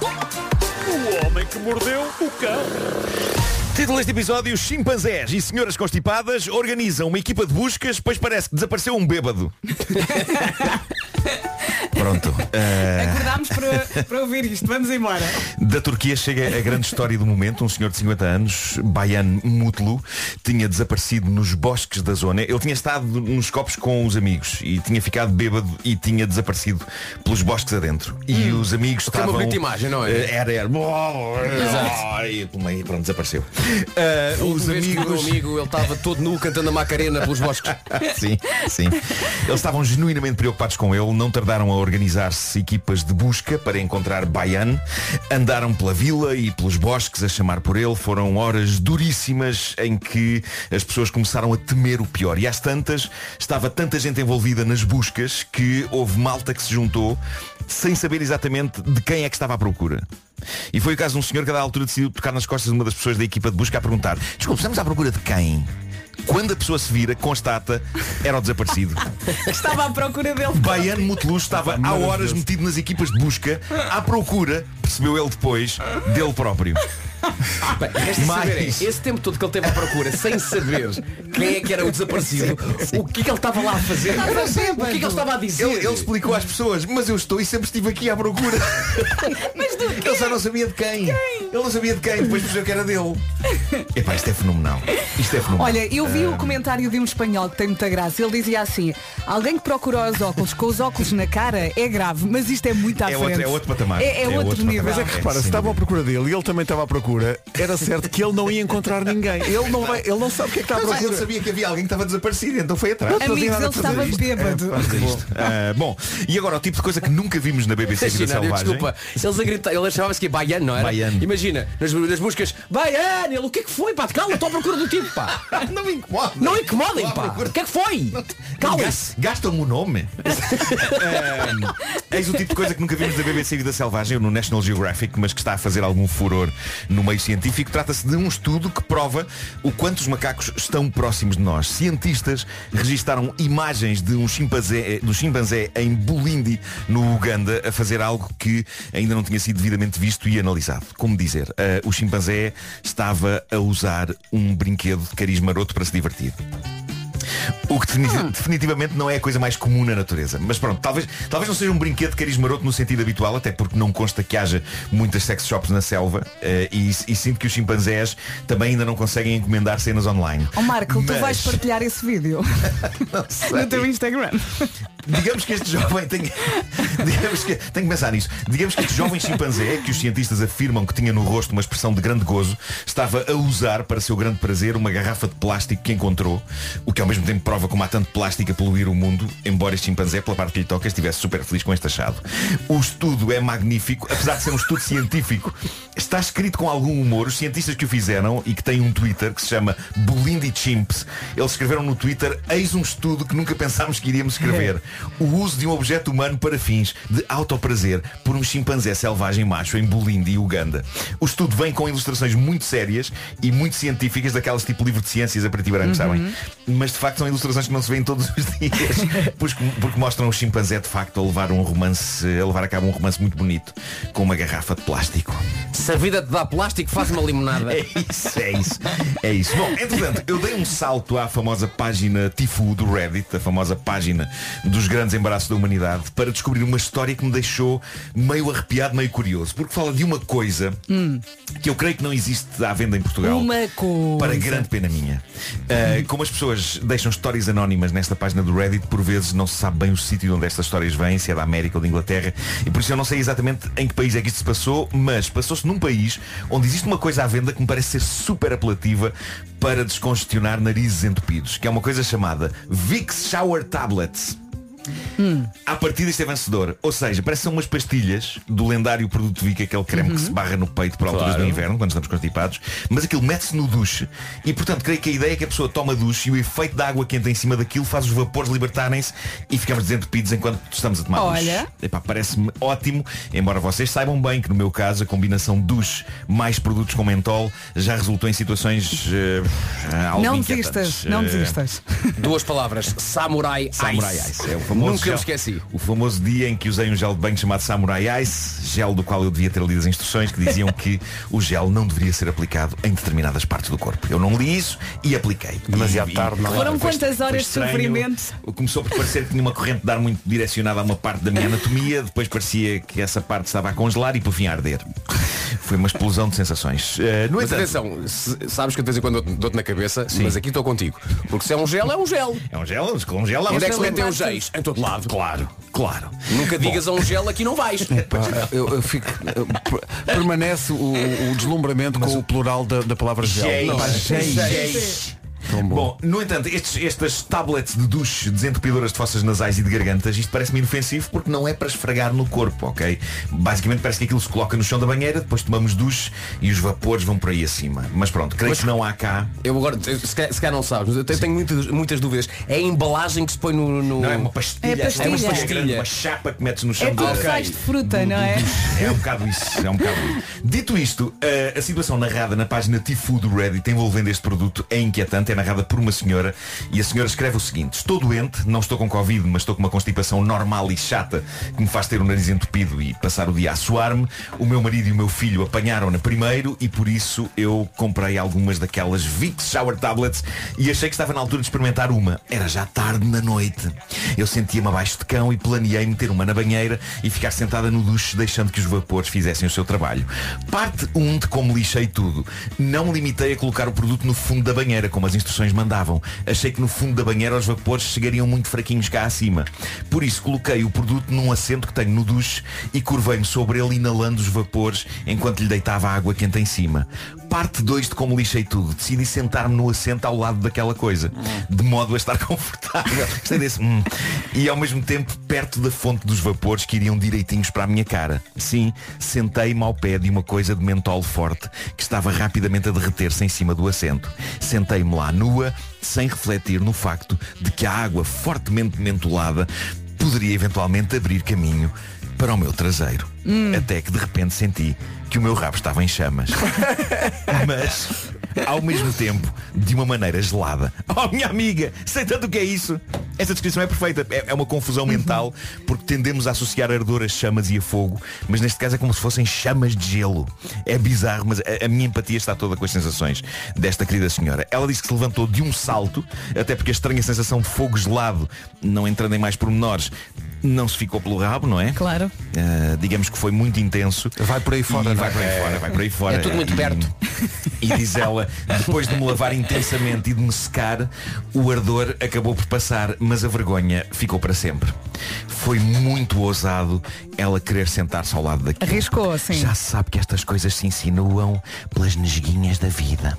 [SPEAKER 13] O homem que mordeu o cão. Título deste episódio, chimpanzés e senhoras constipadas organizam uma equipa de buscas, pois parece que desapareceu um
[SPEAKER 2] <laughs>
[SPEAKER 13] bêbado. Pronto. eh,
[SPEAKER 4] Acordámos para, para ouvir isto. Vamos embora.
[SPEAKER 13] Da Turquia chega a grande história do momento. Um senhor de 50 anos, Bayan Mutlu, tinha desaparecido nos bosques da zona. Ele tinha estado nos copos com os amigos e tinha ficado bêbado e tinha desaparecido pelos bosques adentro. E
[SPEAKER 10] Hum.
[SPEAKER 13] os amigos
[SPEAKER 10] Foi uma
[SPEAKER 13] estavam...
[SPEAKER 10] bonita imagem, não é?
[SPEAKER 13] Eh, Era, era.
[SPEAKER 10] Exato.
[SPEAKER 13] E pelo meio, pronto, desapareceu.
[SPEAKER 10] os amigos... meu amigo, ele estava todo nu cantando a Macarena pelos bosques.
[SPEAKER 13] <laughs> sim, sim. Eles estavam genuinamente preocupados com ele, não tardaram a organizar-se equipas de busca para encontrar Bayan, andaram pela vila e pelos bosques a chamar por ele, foram horas duríssimas em que as pessoas começaram a temer o pior. E às tantas, estava tanta gente envolvida nas buscas que houve malta que se juntou sem saber exatamente de quem é que estava à procura. E foi o caso de um senhor que a dada altura decidiu tocar nas costas de uma das pessoas da equipa de busca a perguntar Desculpe, estamos à procura de quem? Quando a pessoa se vira, constata, era o desaparecido.
[SPEAKER 4] Estava à procura dele.
[SPEAKER 13] Baiano Mutelu estava há horas metido nas equipas de busca, à procura, percebeu ele depois, dele próprio.
[SPEAKER 10] Bem, resta
[SPEAKER 13] Mais.
[SPEAKER 10] saber, é, esse tempo todo que ele teve à <laughs> procura, sem saber quem é que era o desaparecido, o que é que ele estava lá a fazer?
[SPEAKER 13] Estava
[SPEAKER 10] o que é que ele estava a dizer?
[SPEAKER 13] Ele, ele explicou às pessoas, mas eu estou e sempre estive aqui à procura.
[SPEAKER 4] Mas do quê?
[SPEAKER 13] Ele só não sabia de quem. Ele não sabia de quem, depois percebeu que era dele. Epá, isto é fenomenal. Isto é fenomenal.
[SPEAKER 4] Olha, eu vi o
[SPEAKER 13] Ah,
[SPEAKER 4] comentário de um espanhol que tem muita graça. Ele dizia assim, alguém que procurou os óculos com os óculos na cara é grave, mas isto é muito à
[SPEAKER 13] É
[SPEAKER 4] frente.
[SPEAKER 13] outro- é outro patamar.
[SPEAKER 4] É, é
[SPEAKER 13] É
[SPEAKER 4] outro,
[SPEAKER 13] outro
[SPEAKER 4] nível.
[SPEAKER 13] patamar.
[SPEAKER 2] Mas é que repara, se estava à procura dele e ele também estava à procura, era certo que ele não ia encontrar ninguém. Ele não, vai, ele não sabe o que é que está à
[SPEAKER 13] Mas
[SPEAKER 2] procura.
[SPEAKER 13] ele sabia que havia alguém que estava desaparecido, então foi atrás.
[SPEAKER 2] Não tinha nada a fazer isto.
[SPEAKER 13] É, pá, que bom. Ah, bom, e agora o tipo de coisa que nunca vimos na BBC Vida
[SPEAKER 10] Imagina,
[SPEAKER 13] Selvagem.
[SPEAKER 10] desculpa, eles a gritar, ele chamava-se que baiano, não era?
[SPEAKER 13] Baiano.
[SPEAKER 10] Imagina, nas, nas músicas, baiano, ele, o que é que foi, pá? Calma, estou à procura do tipo, pá.
[SPEAKER 13] Não me incomoda.
[SPEAKER 10] Não incomodem, pá. O que é que foi? Calma-se.
[SPEAKER 13] Gas- Gastam-me o nome. Ah, eis o tipo de coisa que nunca vimos da BBC Vida Selvagem ou no National Geographic, mas que está a fazer algum furor no meio científico. Trata-se de um estudo que prova o quanto os macacos estão próximos de nós. Cientistas registaram imagens de um chimpanzé, do chimpanzé em Bulindi, no Uganda, a fazer algo que ainda não tinha sido devidamente visto e analisado. Como dizer, ah, o chimpanzé estava a usar um brinquedo de cariz maroto para se divertir. O que defini-
[SPEAKER 4] Hum.
[SPEAKER 13] definitivamente não é a coisa mais comum na natureza. Mas pronto, talvez, talvez não seja um brinquedo de cariz maroto no sentido habitual, até porque não consta que haja muitas sex shops na selva eh, e, e sinto que os chimpanzés também ainda não conseguem encomendar cenas online.
[SPEAKER 4] Ó Oh, Marco, tu
[SPEAKER 13] Mas- É.
[SPEAKER 4] vais
[SPEAKER 13] <laughs>
[SPEAKER 4] partilhar esse vídeo <laughs> no teu Instagram.
[SPEAKER 13] Digamos que este jovem tem digamos que, tenho que pensar nisso. Digamos que este jovem chimpanzé, que os cientistas afirmam que tinha no rosto uma expressão de grande gozo, estava a usar para seu grande prazer uma garrafa de plástico que encontrou, o que ao mesmo tempo prova como há tanto plástico a poluir o mundo, embora este chimpanzé, pela parte que lhe toca, estivesse super feliz com este achado. O estudo é magnífico, apesar de ser um estudo científico, está escrito com algum humor. Os cientistas que o fizeram e que têm um Twitter que se chama Bulindi Chimps, eles escreveram no Twitter, eis um estudo que nunca pensámos que iríamos escrever. O uso de um objeto humano para fins de autoprazer por um chimpanzé selvagem macho em Bulindi e Uganda. O estudo vem com ilustrações muito sérias e muito científicas daquelas tipo livro de ciências a preto e branco, sabem? Mas de facto são ilustrações que não se vêem todos os <laughs> dias. pois com- porque mostram o chimpanzé de facto a levar um romance, a levar a cabo um romance muito bonito com uma garrafa de plástico.
[SPEAKER 10] Se a vida te dá plástico, faz uma limonada.
[SPEAKER 13] <laughs>
[SPEAKER 10] <laughs>
[SPEAKER 13] É isso, é isso. É isso. Bom, entretanto, eu dei um salto à famosa página Tifu do Reddit, a famosa página dos grandes embaraços da humanidade, para descobrir uma história que me deixou meio arrepiado, meio curioso. Porque fala de uma coisa
[SPEAKER 4] Hum.
[SPEAKER 13] que eu creio que não existe à venda em Portugal.
[SPEAKER 4] Uma coisa.
[SPEAKER 13] Para grande pena minha. Uh, como as pessoas deixam histórias anónimas nesta página do Reddit, por vezes não se sabe bem o sítio de onde estas histórias vêm, se é da América ou da Inglaterra, e por isso eu não sei exatamente em que país é que isto se passou, mas passou-se num país onde existe uma coisa à venda que me parece ser super apelativa para descongestionar narizes entupidos, que é uma coisa chamada Vicks Shower Tablets. À partida isto é vencedor. Ou seja, parecem umas pastilhas do lendário produto Vic, aquele creme
[SPEAKER 4] Uhum.
[SPEAKER 13] que se barra no peito por alturas
[SPEAKER 16] Claro.
[SPEAKER 13] do inverno, quando estamos constipados, mas aquilo mete-se no duche. E portanto, creio que a ideia é que a pessoa toma duche e o efeito da água quente em cima daquilo faz os vapores libertarem-se e ficamos desentupidos enquanto estamos a tomar
[SPEAKER 17] Olha.
[SPEAKER 13] duche. Epá, parece-me ótimo, embora vocês saibam bem que no meu caso a combinação duche mais produtos com mentol já resultou em situações eh, algo
[SPEAKER 4] Não
[SPEAKER 13] inquietantes.
[SPEAKER 4] desistas, não
[SPEAKER 13] Eh,
[SPEAKER 4] desistas.
[SPEAKER 13] Duas palavras, Samurai Ice.
[SPEAKER 10] Samurai Ice.
[SPEAKER 13] É o famoso
[SPEAKER 10] Nunca me
[SPEAKER 13] gel-
[SPEAKER 10] esqueci.
[SPEAKER 13] O famoso dia em que usei um gel de banho chamado Samurai Ice, gel do qual eu devia ter lido as instruções que diziam que o gel não deveria ser aplicado em determinadas partes do corpo. Eu não li isso e apliquei. Demasiado tarde,
[SPEAKER 10] é?
[SPEAKER 4] Foram quantas horas de sofrimento?
[SPEAKER 13] Começou por parecer que tinha uma corrente de ar muito direcionada a uma parte da minha anatomia, depois parecia que essa parte estava a congelar e por fim a arder. Foi uma explosão de sensações. Eh, no
[SPEAKER 10] Mas
[SPEAKER 13] entanto-
[SPEAKER 10] atenção, se- sabes que de vez em quando dou- dou-te na cabeça, mas aqui estou contigo. Porque se é um gel, é um gel.
[SPEAKER 13] É um gel, um gel, é um
[SPEAKER 10] Onde é que
[SPEAKER 13] gel.
[SPEAKER 10] se metem os geis? Em todo lado.
[SPEAKER 13] Claro, claro.
[SPEAKER 10] Nunca digas a um gel aqui não vais.
[SPEAKER 2] Pá, Ah, eu, eu fico, eu, per- permanece o, o deslumbramento com o plural da, da palavra
[SPEAKER 4] Então,
[SPEAKER 2] gel.
[SPEAKER 13] Geis.
[SPEAKER 2] Não, pá, geis.
[SPEAKER 13] Geis. Bom, no entanto, estes- estas tablets de duche desentupidoras de fossas nasais e de gargantas, isto parece-me inofensivo porque não é para esfregar no corpo, ok? Basicamente parece que aquilo se coloca no chão da banheira, depois tomamos duche e os vapores vão por aí acima. Mas pronto, creio que não há cá.
[SPEAKER 10] <laughs> Eu agora, se calhar, se calhar não sabes, mas eu tenho- tenho muitas, muitas dúvidas. É a embalagem que se põe no. no-
[SPEAKER 13] Não é uma pastilha,
[SPEAKER 4] É pastilha.
[SPEAKER 13] é uma pastilha
[SPEAKER 10] Pastilha.
[SPEAKER 13] grande, uma chapa que metes no chão
[SPEAKER 4] É
[SPEAKER 13] da
[SPEAKER 4] tudo sais de fruta, não é?
[SPEAKER 13] É um bocado isso, é um bocado isso. Dito isto, eh, a, a situação narrada na página Tifu do Reddit envolvendo este produto é inquietante, é narrada por uma senhora e a senhora escreve o seguinte, estou doente, não estou com Covid, mas estou com uma constipação normal e chata que me faz ter o nariz entupido e passar o dia a suar-me. O meu marido e o meu filho apanharam-na primeiro e por isso eu comprei algumas daquelas Vicks Shower Tablets e achei que estava na altura de experimentar uma. Era já tarde na noite. Eu sentia-me abaixo de cão e planeei meter uma na banheira e ficar sentada no duche deixando que os vapores fizessem o seu trabalho. Parte 1 de como lixei tudo. Não me limitei a colocar o produto no fundo da banheira, como as instruções mandavam. Achei que no fundo da banheira os vapores chegariam muito fraquinhos cá acima. Por isso coloquei o produto num assento que tenho no duche e curvei-me sobre ele inalando os vapores enquanto lhe deitava a água quente em cima. Parte 2 de como lixei tudo. Decidi sentar-me no assento ao lado daquela coisa, de modo a estar <laughs> confortável. Gostei desse. hum. E ao mesmo tempo perto da fonte dos vapores que iriam direitinhos para a minha cara. Sim, sentei-me ao pé de uma coisa de mentol forte que estava rapidamente a derreter-se em cima do assento. Sentei-me lá nua, sem refletir no facto de que a água fortemente mentolada poderia eventualmente abrir caminho para o meu traseiro. Até que de repente senti que o meu rabo estava em chamas. Mas, ao mesmo tempo, de uma maneira gelada. <laughs> Oh, minha amiga, sei tanto o que é isso. Esta descrição é perfeita. É, é uma confusão mental, porque tendemos a associar ardor a chamas e a fogo, mas neste caso é como se fossem chamas de gelo. É bizarro, mas a, a minha empatia está toda com as sensações desta querida senhora. Ela disse que se levantou de um salto, até porque a estranha sensação de fogo gelado, não entrando em mais pormenores, não se ficou pelo rabo, não é?
[SPEAKER 4] Claro.
[SPEAKER 13] Uh, digamos que foi muito intenso. Vai por aí fora,
[SPEAKER 2] não é?
[SPEAKER 13] vai por aí fora, vai por aí fora.
[SPEAKER 10] É tudo muito
[SPEAKER 13] E-
[SPEAKER 10] perto.
[SPEAKER 13] E diz ela, depois de me lavar intensamente e de me secar, o ardor acabou por passar, mas a vergonha ficou para sempre. Foi muito ousado ela querer sentar-se ao lado daquilo.
[SPEAKER 4] Arriscou, sim.
[SPEAKER 13] Já se sabe que estas coisas se insinuam pelas nesguinhas da vida.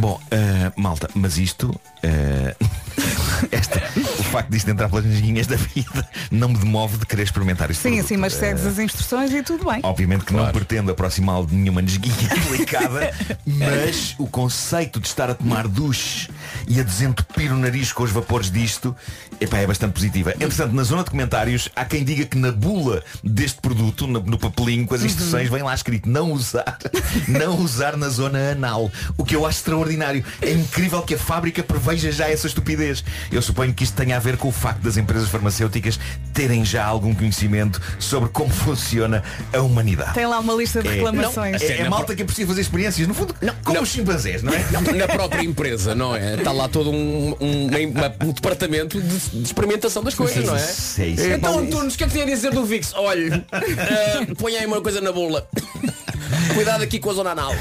[SPEAKER 13] Bom, eh, malta, mas isto. eh, <laughs> esta- o facto disto entrar pelas nesguinhas da vida não me demove de querer experimentar isto.
[SPEAKER 4] Sim, sim, mas segues as instruções e tudo bem.
[SPEAKER 13] Obviamente que não pretendo aproximá-lo de nenhuma nesguinha <laughs> aplicada, mas o conceito de estar a tomar duche e a desentupir o nariz com os vapores disto epá, é bastante positiva. Entretanto, na zona de comentários, há quem diga que na bula deste produto, no, no papelinho com as
[SPEAKER 10] Uhum.
[SPEAKER 13] instruções, vem lá escrito não usar, <laughs> não usar na zona anal. O que eu acho extraordinário. É incrível que a fábrica preveja já essa estupidez. Eu suponho que isto tenha a ver com o facto das empresas farmacêuticas terem já algum conhecimento sobre como funciona a humanidade.
[SPEAKER 4] Tem lá uma lista de
[SPEAKER 13] É,
[SPEAKER 4] reclamações.
[SPEAKER 13] não, é- é Na malta pro- que é preciso fazer experiências, no fundo, como os chimpanzés,
[SPEAKER 10] <laughs>
[SPEAKER 13] não é?
[SPEAKER 10] <laughs> Na própria empresa, não é? Está lá todo um, um- uma- um departamento de, de experimentação das coisas, não é?
[SPEAKER 13] Isso é isso.
[SPEAKER 10] Então,
[SPEAKER 13] É,
[SPEAKER 10] Antunes, o que é que tem a dizer do VIX? Olha, <laughs> eh, põe aí uma coisa na bula. <laughs> Cuidado aqui com a zona anal.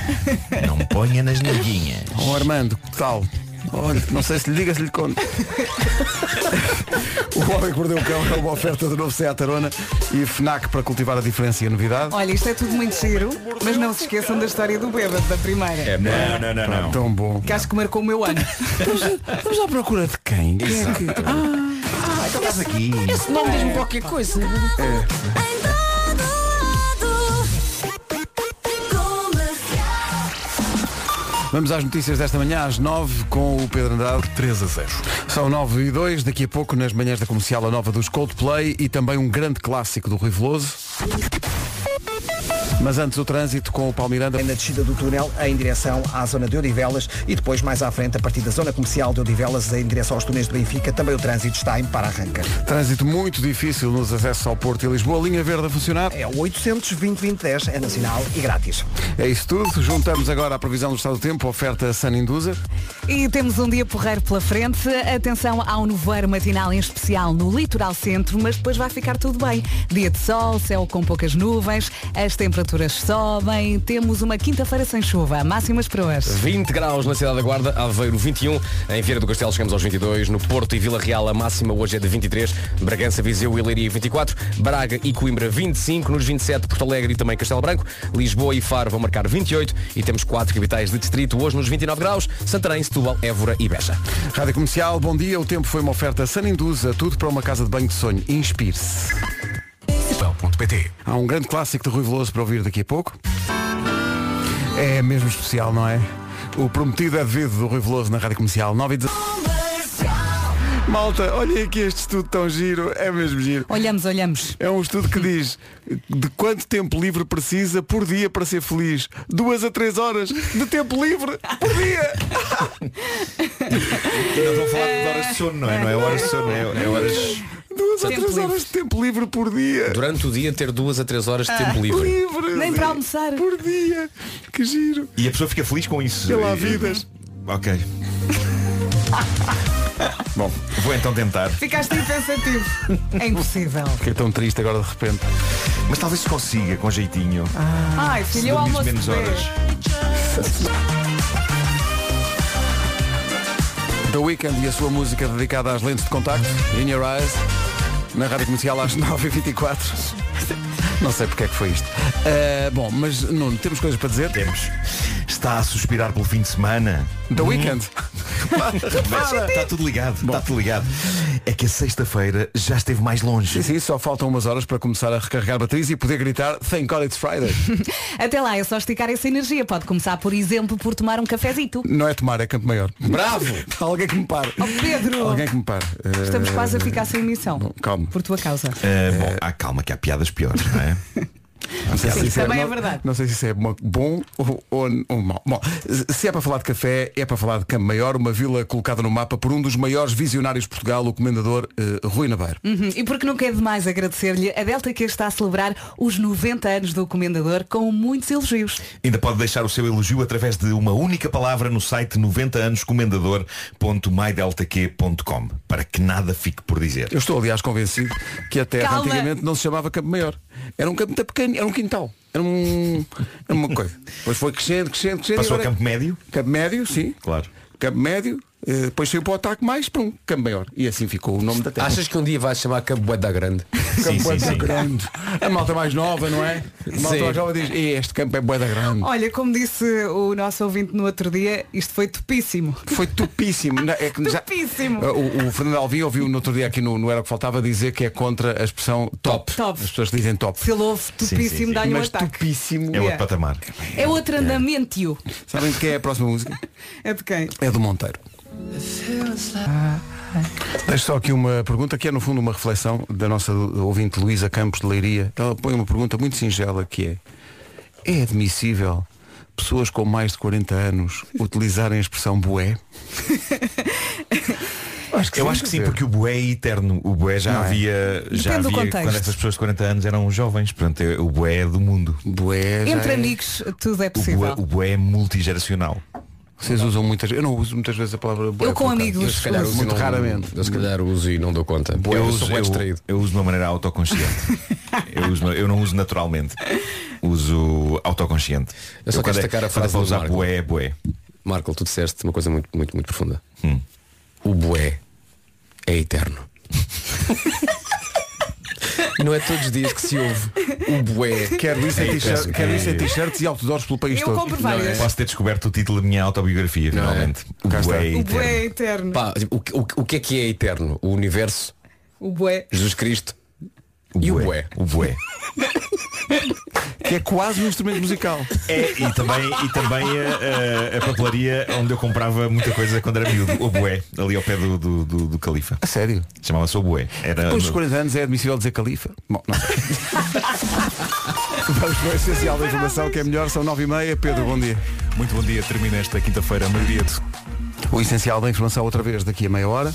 [SPEAKER 13] Não ponha nas neguinhas.
[SPEAKER 2] Oh Armando, que tal? Olha, não sei se lhe diga, se lhe conto. <laughs> o Homem que Mordeu o Cão é uma oferta do novo Seat Arona e FNAC para cultivar a diferença e a novidade.
[SPEAKER 4] Olha, isto é tudo muito giro, mas não se esqueçam da história do bêbado, da primeira.
[SPEAKER 13] Não, não, não, não.
[SPEAKER 2] Tão bom.
[SPEAKER 10] <laughs>
[SPEAKER 4] Que acho que marcou o meu ano.
[SPEAKER 2] Vamos à procura de quem? Quem é que- Ah,
[SPEAKER 4] Ah,
[SPEAKER 2] que estás aqui?
[SPEAKER 10] Esse nome diz-me qualquer coisa.
[SPEAKER 2] Vamos às notícias desta manhã, às 9, com o Pedro Andrade.
[SPEAKER 9] 3 a 0.
[SPEAKER 2] São 9 e 2, daqui a pouco, nas manhãs da comercial, a nova dos Coldplay e também um grande clássico do Rui Veloso. Mas antes o trânsito com o Palmiranda.
[SPEAKER 3] É Na descida do túnel em direção à zona de Odivelas e depois mais à frente, a partir da zona comercial de Odivelas em direção aos túneis de Benfica, também o trânsito está em para-arranca.
[SPEAKER 2] Trânsito muito difícil nos acessos ao Porto e Lisboa. Linha verde a funcionar.
[SPEAKER 3] É o 800 2010 é nacional e grátis.
[SPEAKER 2] É isso tudo. Juntamos agora a previsão do estado do tempo, oferta San Indusa.
[SPEAKER 4] E temos um dia porreiro pela frente. Atenção ao nevoeiro matinal, em especial no litoral centro, mas depois vai ficar tudo bem. Dia de sol, céu com poucas nuvens, as temperaturas sobem, temos uma quinta-feira sem chuva, máximas para hoje.
[SPEAKER 10] 20 graus na cidade da Guarda, Aveiro 21, em Vieira do Castelo chegamos aos 22, no Porto e Vila Real a máxima hoje é de 23, Bragança, Viseu e Leiria 24, Braga e Coimbra 25, nos 27 Porto Alegre e também Castelo Branco, Lisboa e Faro vão marcar 28 e temos quatro capitais de distrito hoje nos 29 graus, Santarém, Setúbal, Évora e Beja.
[SPEAKER 2] Rádio Comercial, bom dia. O tempo foi uma oferta San Indusa, tudo para uma casa de banho de sonho. Inspire-se. Há um grande clássico de Rui Veloso para ouvir daqui a pouco. É mesmo especial, não é? O prometido é devido do Rui Veloso na Rádio Comercial 9 e 19. Malta, olhem aqui este estudo tão giro, é mesmo giro.
[SPEAKER 4] Olhamos, olhamos.
[SPEAKER 2] É um estudo que diz de quanto tempo livre precisa por dia para ser feliz. Duas a três horas de tempo livre por dia.
[SPEAKER 13] Nós vamos falar de horas de sono, não é? Não é horas de sono, é, é horas.
[SPEAKER 2] Duas a três horas de tempo livre por dia.
[SPEAKER 10] Durante o dia ter duas a três horas de
[SPEAKER 4] Ah.
[SPEAKER 10] tempo livre.
[SPEAKER 4] Nem para almoçar.
[SPEAKER 2] Por dia. Que giro.
[SPEAKER 13] E a pessoa fica feliz com isso.
[SPEAKER 2] Sei lá,
[SPEAKER 13] E-
[SPEAKER 2] vidas. <laughs>
[SPEAKER 13] Ok. Bom, vou então tentar.
[SPEAKER 4] Ficaste impensativo. É impossível.
[SPEAKER 2] Fiquei tão triste agora de repente.
[SPEAKER 13] Mas talvez se consiga, com jeitinho.
[SPEAKER 4] <laughs> Ai, filho, Ah. eu
[SPEAKER 13] dormires
[SPEAKER 4] almoço.
[SPEAKER 13] menos
[SPEAKER 4] bem.
[SPEAKER 13] horas.
[SPEAKER 2] The Weeknd e a sua música dedicada às lentes de contacto, In Your Eyes, na Rádio Comercial às 9h24. Não sei porque é que foi isto. Ah, bom, mas Nuno, temos coisas para dizer?
[SPEAKER 13] Temos. Está a suspirar pelo fim
[SPEAKER 4] <laughs>
[SPEAKER 13] de semana.
[SPEAKER 2] The
[SPEAKER 13] Hum.
[SPEAKER 2] Weeknd.
[SPEAKER 13] Está tudo ligado, está tudo ligado. É que a sexta-feira já esteve mais longe.
[SPEAKER 2] Sim, sim, só faltam umas horas para começar a recarregar baterias e poder gritar Thank God It's Friday.
[SPEAKER 4] Até lá, é só esticar essa energia. Pode começar, por exemplo, por tomar um cafezito.
[SPEAKER 2] Não é tomar, é campo maior.
[SPEAKER 10] Bravo!
[SPEAKER 2] <laughs> Alguém que me pare.
[SPEAKER 4] Oh, Pedro!
[SPEAKER 2] Alguém que me pare. Ah,
[SPEAKER 13] Eh,
[SPEAKER 4] Estamos quase a ficar sem emissão.
[SPEAKER 2] Calma.
[SPEAKER 4] Por tua causa.
[SPEAKER 13] Ah,
[SPEAKER 2] É.
[SPEAKER 13] bom, há calma que há piadas piores,
[SPEAKER 2] <laughs>
[SPEAKER 13] não é?
[SPEAKER 2] Não sei,
[SPEAKER 4] Sim,
[SPEAKER 2] se isso
[SPEAKER 4] também é
[SPEAKER 2] não-
[SPEAKER 4] verdade.
[SPEAKER 2] não sei se isso é mo- bom ou, ou, ou mau. Bom, se é para falar de café, é para falar de Campo Maior, uma vila colocada no mapa por um dos maiores visionários de Portugal, o comendador eh, Rui Nabeiro.
[SPEAKER 4] Uhum. E porque nunca é demais agradecer-lhe, a Delta que está a celebrar os 90 anos do Comendador com muitos elogios.
[SPEAKER 13] Ainda pode deixar o seu elogio através de uma única palavra no site 90anoscomendador.mydeltaq.com para que nada fique por dizer.
[SPEAKER 2] Eu estou, aliás, convencido que a terra
[SPEAKER 13] Calma.
[SPEAKER 2] antigamente não se chamava Campo Maior. Era um campo muito pequeno, era um quintal. Era, um, era uma coisa. Depois foi crescendo, crescendo, crescendo.
[SPEAKER 13] Passou
[SPEAKER 2] e agora-
[SPEAKER 13] a Campo Médio?
[SPEAKER 2] Campo Médio, sim.
[SPEAKER 13] Claro.
[SPEAKER 2] Campo Médio, eh, depois saiu para o ataque mais para um Campo Maior. E assim ficou o nome da terra.
[SPEAKER 10] Achas que um dia vais chamar Campo Bué da <laughs> Grande?
[SPEAKER 2] Campo é bué da grande. A malta mais nova, não é? A malta
[SPEAKER 10] Sim.
[SPEAKER 2] mais nova diz, "Ei, este campo é bué da grande.
[SPEAKER 4] Olha, como disse o nosso ouvinte no outro dia, isto foi topíssimo.
[SPEAKER 2] Foi tupíssimo. Não, é que já-
[SPEAKER 4] Tupíssimo.
[SPEAKER 2] O, o Fernando Alvim ouviu no outro dia aqui no, no Era o que Faltava dizer que é contra a expressão top.
[SPEAKER 4] Top.
[SPEAKER 2] As pessoas dizem top.
[SPEAKER 4] Se ele ouve tupíssimo, dá-lhe um
[SPEAKER 2] Mas
[SPEAKER 4] ataque.
[SPEAKER 2] tupíssimo
[SPEAKER 4] É outro Yeah.
[SPEAKER 13] patamar.
[SPEAKER 4] É outro andamento. tio.
[SPEAKER 2] Sabem de quem é a próxima música?
[SPEAKER 4] É de quem?
[SPEAKER 2] É do Monteiro. Deixo só aqui uma pergunta que é no fundo uma reflexão da nossa ouvinte Luísa Campos de Leiria. Ela põe uma pergunta muito singela que é É admissível pessoas com mais de 40 anos utilizarem a expressão bué?
[SPEAKER 13] Eu
[SPEAKER 2] sim,
[SPEAKER 13] acho que
[SPEAKER 2] quer
[SPEAKER 13] sim,
[SPEAKER 2] dizer.
[SPEAKER 13] porque o bué é eterno. O bué já
[SPEAKER 2] Não é?
[SPEAKER 13] havia, já
[SPEAKER 4] Depende do
[SPEAKER 13] havia
[SPEAKER 4] contexto.
[SPEAKER 13] quando essas pessoas de 40 anos eram jovens. Portanto, é- o bué é do mundo.
[SPEAKER 2] Bué
[SPEAKER 4] Entre amigos, tudo é
[SPEAKER 13] O bué,
[SPEAKER 4] possível.
[SPEAKER 13] o bué é multigeracional.
[SPEAKER 2] Vocês usam muitas Eu não uso muitas vezes a palavra bué.
[SPEAKER 4] Eu com
[SPEAKER 2] por acaso.
[SPEAKER 4] amigos.
[SPEAKER 2] Eu, se calhar, uso
[SPEAKER 10] uso e
[SPEAKER 2] muito
[SPEAKER 10] não-
[SPEAKER 2] raramente.
[SPEAKER 10] Eu se calhar uso e não dou conta.
[SPEAKER 13] Eu,
[SPEAKER 10] eu
[SPEAKER 13] uso,
[SPEAKER 10] sou bué
[SPEAKER 13] eu,
[SPEAKER 10] distraído.
[SPEAKER 13] eu uso de uma maneira
[SPEAKER 10] <laughs>
[SPEAKER 13] autoconsciente. eu, uso, eu não uso naturalmente. Uso autoconsciente.
[SPEAKER 10] Eu só quero
[SPEAKER 13] quando é-
[SPEAKER 10] destacar
[SPEAKER 13] quando é
[SPEAKER 10] a frase
[SPEAKER 13] para
[SPEAKER 10] do
[SPEAKER 13] usar
[SPEAKER 10] Marco.
[SPEAKER 13] bué, é bué.
[SPEAKER 10] Marco, tu disseste uma coisa muito, muito, muito profunda. O bué é eterno. Não é todos os dias que se ouve o bué. É
[SPEAKER 2] Quero isso em t-shirt- quero é isso em t-shirts e outdoors pelo país
[SPEAKER 4] Eu
[SPEAKER 2] todo. é?
[SPEAKER 4] compro várias.
[SPEAKER 13] Posso ter descoberto o título da minha autobiografia, finalmente. O bué é
[SPEAKER 4] O
[SPEAKER 13] eterno.
[SPEAKER 4] bué é eterno.
[SPEAKER 10] Pá, tipo, o, que- o que- o que é que é eterno? O universo?
[SPEAKER 16] O bué.
[SPEAKER 10] Jesus Cristo. e o bué.
[SPEAKER 13] O bué.
[SPEAKER 2] que é quase um instrumento musical.
[SPEAKER 13] É, e também, e também eh, a, a- a papelaria onde eu comprava muita coisa quando era miúdo, o Bué, ali ao pé do, do, do- do Califa. A
[SPEAKER 2] sério?
[SPEAKER 13] Chamava-se o Bué. Era
[SPEAKER 2] Depois dos 40 anos é admissível dizer califa? Bom, não. Vamos para o essencial da informação, que é melhor, são 9h30. Pedro, bom dia.
[SPEAKER 9] Muito bom dia, termina esta quinta-feira, meio-dia. de-
[SPEAKER 2] O essencial da informação outra vez daqui a meia hora.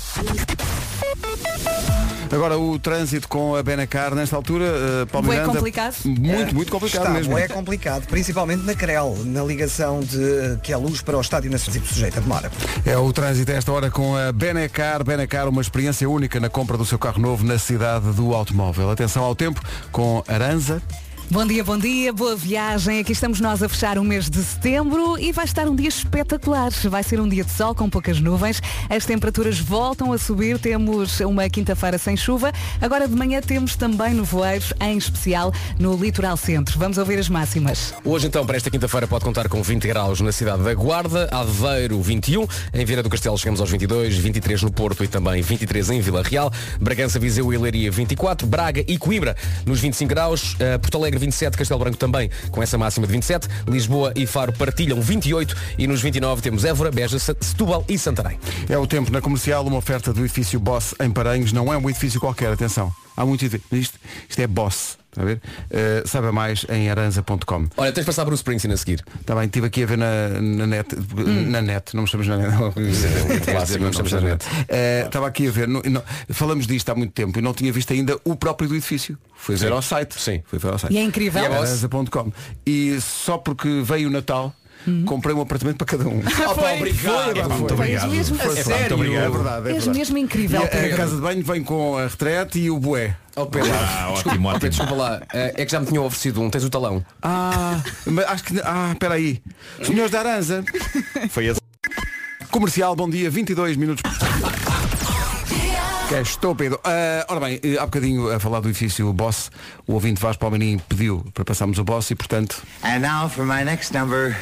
[SPEAKER 2] Agora o trânsito com a Benacar nesta altura, uh, Paulo
[SPEAKER 3] Bué
[SPEAKER 2] Miranda,
[SPEAKER 3] complicado?
[SPEAKER 2] Muito, muito complicado
[SPEAKER 3] Está,
[SPEAKER 2] mesmo.
[SPEAKER 3] É complicado, principalmente na Crel, na ligação de que é luz para o Estádio Nacional sujeita a demora.
[SPEAKER 2] É o trânsito a esta hora com a Benacar. Benacar, uma experiência única na compra do seu carro novo na cidade do automóvel. Atenção ao tempo com Aranza.
[SPEAKER 4] Bom dia, bom dia, boa viagem. Aqui estamos nós a fechar o mês de setembro e vai estar um dia espetacular. Vai ser um dia de sol com poucas nuvens. As temperaturas voltam a subir. Temos uma quinta-feira sem chuva. Agora de manhã temos também nevoeiros, em especial no litoral centro. Vamos ouvir as máximas.
[SPEAKER 10] Hoje então, para esta quinta-feira, pode contar com 20 graus na cidade da Guarda, Aveiro 21, em Vieira do Castelo chegamos aos 22, 23 no Porto e também 23 em Vila Real, Bragança, Viseu e Leiria 24, Braga e Coimbra nos 25 graus, eh, Porto Alegre 27, Castelo Branco também com essa máxima de 27, Lisboa e Faro partilham 28 e nos 29 temos Évora, Beja, Sa- Setúbal e Santarém.
[SPEAKER 2] É o tempo na comercial, uma oferta do edifício Boss em Paranhos. Não é um edifício qualquer, atenção. Há muito edifício. Isto, isto é Boss. Está a ver? Eh, saiba mais em aranza.com.
[SPEAKER 10] Olha, tens de passar Bruce Springsteen a seguir.
[SPEAKER 2] Está bem, estive aqui a ver na, na net. Na net, não me chamas na
[SPEAKER 10] <laughs>
[SPEAKER 2] net. Não,
[SPEAKER 10] Hum. É um clássico, não me chames na net.
[SPEAKER 2] Eh, Estava aqui a ver, não- não- falamos disto há muito tempo e não tinha visto ainda o próprio do edifício. Fui ver ao site. Sim. Fui ver ao site.
[SPEAKER 4] E é incrível.
[SPEAKER 2] E,
[SPEAKER 4] E é vosso?
[SPEAKER 2] aranza.com. e só porque veio o Natal.
[SPEAKER 4] Hum.
[SPEAKER 2] Comprei um apartamento para
[SPEAKER 4] <laughs>
[SPEAKER 2] cada um.
[SPEAKER 4] Ah, pá, obrigado.
[SPEAKER 2] Foi, pá,
[SPEAKER 4] É pá, muito
[SPEAKER 2] foi.
[SPEAKER 4] obrigado. És mesmo-
[SPEAKER 2] Foi, pá,
[SPEAKER 4] É
[SPEAKER 2] muito
[SPEAKER 4] sério?
[SPEAKER 2] obrigado. É verdade, é
[SPEAKER 4] És
[SPEAKER 2] verdade.
[SPEAKER 4] mesmo incrível,
[SPEAKER 2] E a,
[SPEAKER 4] Pedro.
[SPEAKER 2] a casa de banho vem com a retrete e o bué.
[SPEAKER 10] Ó Pedro,
[SPEAKER 13] Ah,
[SPEAKER 10] desculpa, ó Pedro, desculpa lá, eh, é que já me tinham oferecido um, tens o talão.
[SPEAKER 2] Ah, mas acho que. Ah, espera aí. Senhores da Aranza.
[SPEAKER 13] Foi esse.
[SPEAKER 2] Comercial, bom dia, 22 minutos. Que é estúpido. Ah, ora bem, eh, há bocadinho a falar do edifício Boss, o ouvinte Vasco Palmeirim pediu para passarmos o Boss e, portanto...
[SPEAKER 17] And now for my next number,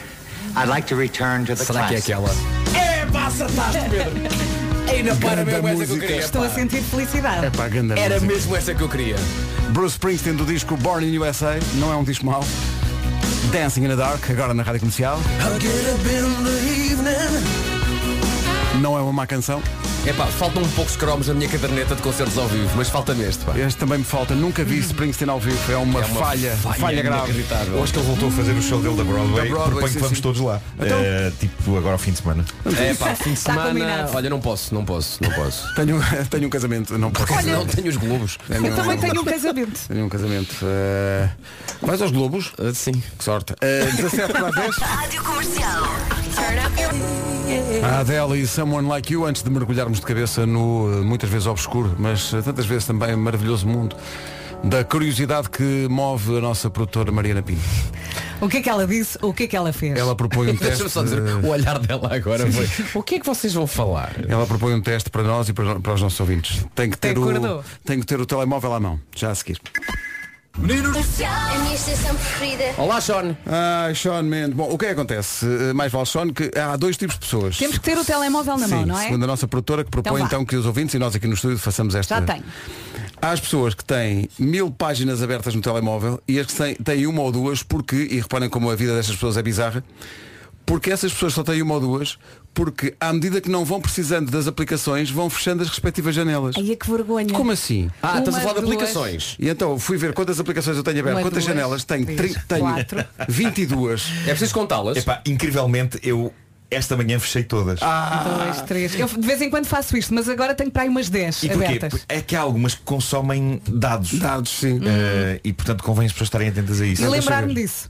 [SPEAKER 17] I'd like to return to the
[SPEAKER 2] Será que é
[SPEAKER 17] classics.
[SPEAKER 2] aquela?
[SPEAKER 17] É, passa
[SPEAKER 10] <laughs>
[SPEAKER 17] Pedro.
[SPEAKER 10] Ainda para
[SPEAKER 2] Ganda
[SPEAKER 10] mesmo essa que eu
[SPEAKER 2] música.
[SPEAKER 10] queria.
[SPEAKER 4] Estou a sentir felicidade.
[SPEAKER 2] É pá, ganda
[SPEAKER 10] Era
[SPEAKER 2] música.
[SPEAKER 10] mesmo essa que eu queria.
[SPEAKER 2] Bruce Springsteen do disco Born in USA, não é um disco mau. Dancing in the Dark, agora na Rádio Comercial. Não é uma má canção.
[SPEAKER 10] É pá, faltam poucos cromos na minha caderneta de concertos ao vivo, mas falta neste, pá.
[SPEAKER 2] Este também me falta. Nunca vi Springsteen ao vivo. É uma,
[SPEAKER 10] É uma
[SPEAKER 2] falha, falha,
[SPEAKER 10] falha
[SPEAKER 2] grave.
[SPEAKER 10] inacreditável.
[SPEAKER 13] Eu acho que ele voltou a fazer o show dele da Broadway,
[SPEAKER 2] Da Broadway,
[SPEAKER 13] proponho
[SPEAKER 2] sim,
[SPEAKER 13] que vamos
[SPEAKER 2] sim.
[SPEAKER 13] todos lá.
[SPEAKER 2] Então-
[SPEAKER 13] Eh, tipo agora ao fim de semana.
[SPEAKER 10] É <laughs> pá, fim de
[SPEAKER 13] Está
[SPEAKER 10] semana.
[SPEAKER 13] combinado.
[SPEAKER 10] Olha, não posso, não posso, não posso.
[SPEAKER 2] Tenho, <laughs> tenho um casamento, não posso.
[SPEAKER 4] Olha-
[SPEAKER 10] não tenho os globos.
[SPEAKER 2] É
[SPEAKER 4] Eu também tenho um casamento.
[SPEAKER 2] Tenho um casamento. eh, Vais aos Globos?
[SPEAKER 10] É, sim.
[SPEAKER 2] Que sorte. Eh, 17 para as 10.
[SPEAKER 5] Rádio Comercial. Turn up your...
[SPEAKER 2] <laughs> A Adele e Someone Like You, antes de mergulharmos de cabeça no eh, muitas vezes obscuro, mas eh, tantas vezes também maravilhoso mundo da curiosidade que move a nossa produtora Mariana Pinto.
[SPEAKER 4] O que é que ela disse? O que é que ela fez?
[SPEAKER 2] Ela <laughs> propõe um teste.
[SPEAKER 10] Deixa-me só dizer,
[SPEAKER 2] eh,
[SPEAKER 10] o olhar dela agora foi. O que é que vocês vão falar?
[SPEAKER 2] Ela propõe um teste para nós e para, para os nossos ouvintes. Tem que ter,
[SPEAKER 10] Tem
[SPEAKER 2] o,
[SPEAKER 10] cordão.
[SPEAKER 2] tem que ter o telemóvel à mão, já a seguir.
[SPEAKER 18] A minha estação preferida.
[SPEAKER 10] Olá, Sean.
[SPEAKER 2] Ai, Sean Mendes. Bom, o que é que acontece? Eh, Mais vale, Sean, que há dois tipos de pessoas.
[SPEAKER 4] Temos que ter o telemóvel na
[SPEAKER 2] Sim,
[SPEAKER 4] mão, não é?
[SPEAKER 2] Segundo a nossa produtora que propõe
[SPEAKER 4] Então
[SPEAKER 2] então,
[SPEAKER 4] vá.
[SPEAKER 2] que os ouvintes e nós aqui no estúdio façamos esta.
[SPEAKER 4] Já tenho.
[SPEAKER 2] Há as pessoas que têm mil páginas abertas no telemóvel e as que têm, têm uma ou duas porque, e reparem como a vida destas pessoas é bizarra, porque essas pessoas só têm uma ou duas porque à medida que não vão precisando das aplicações vão fechando as respectivas janelas.
[SPEAKER 4] Ai, é que vergonha.
[SPEAKER 2] Como assim?
[SPEAKER 10] Ah, estás a falar de aplicações.
[SPEAKER 2] E então fui ver quantas aplicações eu tenho aberto,
[SPEAKER 10] Uma,
[SPEAKER 2] quantas
[SPEAKER 10] duas,
[SPEAKER 2] janelas tenho,
[SPEAKER 10] três,
[SPEAKER 2] Tri- tenho
[SPEAKER 10] quatro.
[SPEAKER 2] 22.
[SPEAKER 10] É preciso contá-las.
[SPEAKER 13] Epá, incrivelmente eu esta manhã fechei todas.
[SPEAKER 4] Dois, três. Eu de vez em quando faço isto, mas agora tenho para aí umas 10
[SPEAKER 13] E porquê?
[SPEAKER 4] abertas.
[SPEAKER 13] É que há algumas que consomem dados. Eh,
[SPEAKER 2] Dados, sim.
[SPEAKER 10] <laughs>
[SPEAKER 13] e portanto convém as pessoas estarem atentas a isso.
[SPEAKER 4] E lembrar-me disso.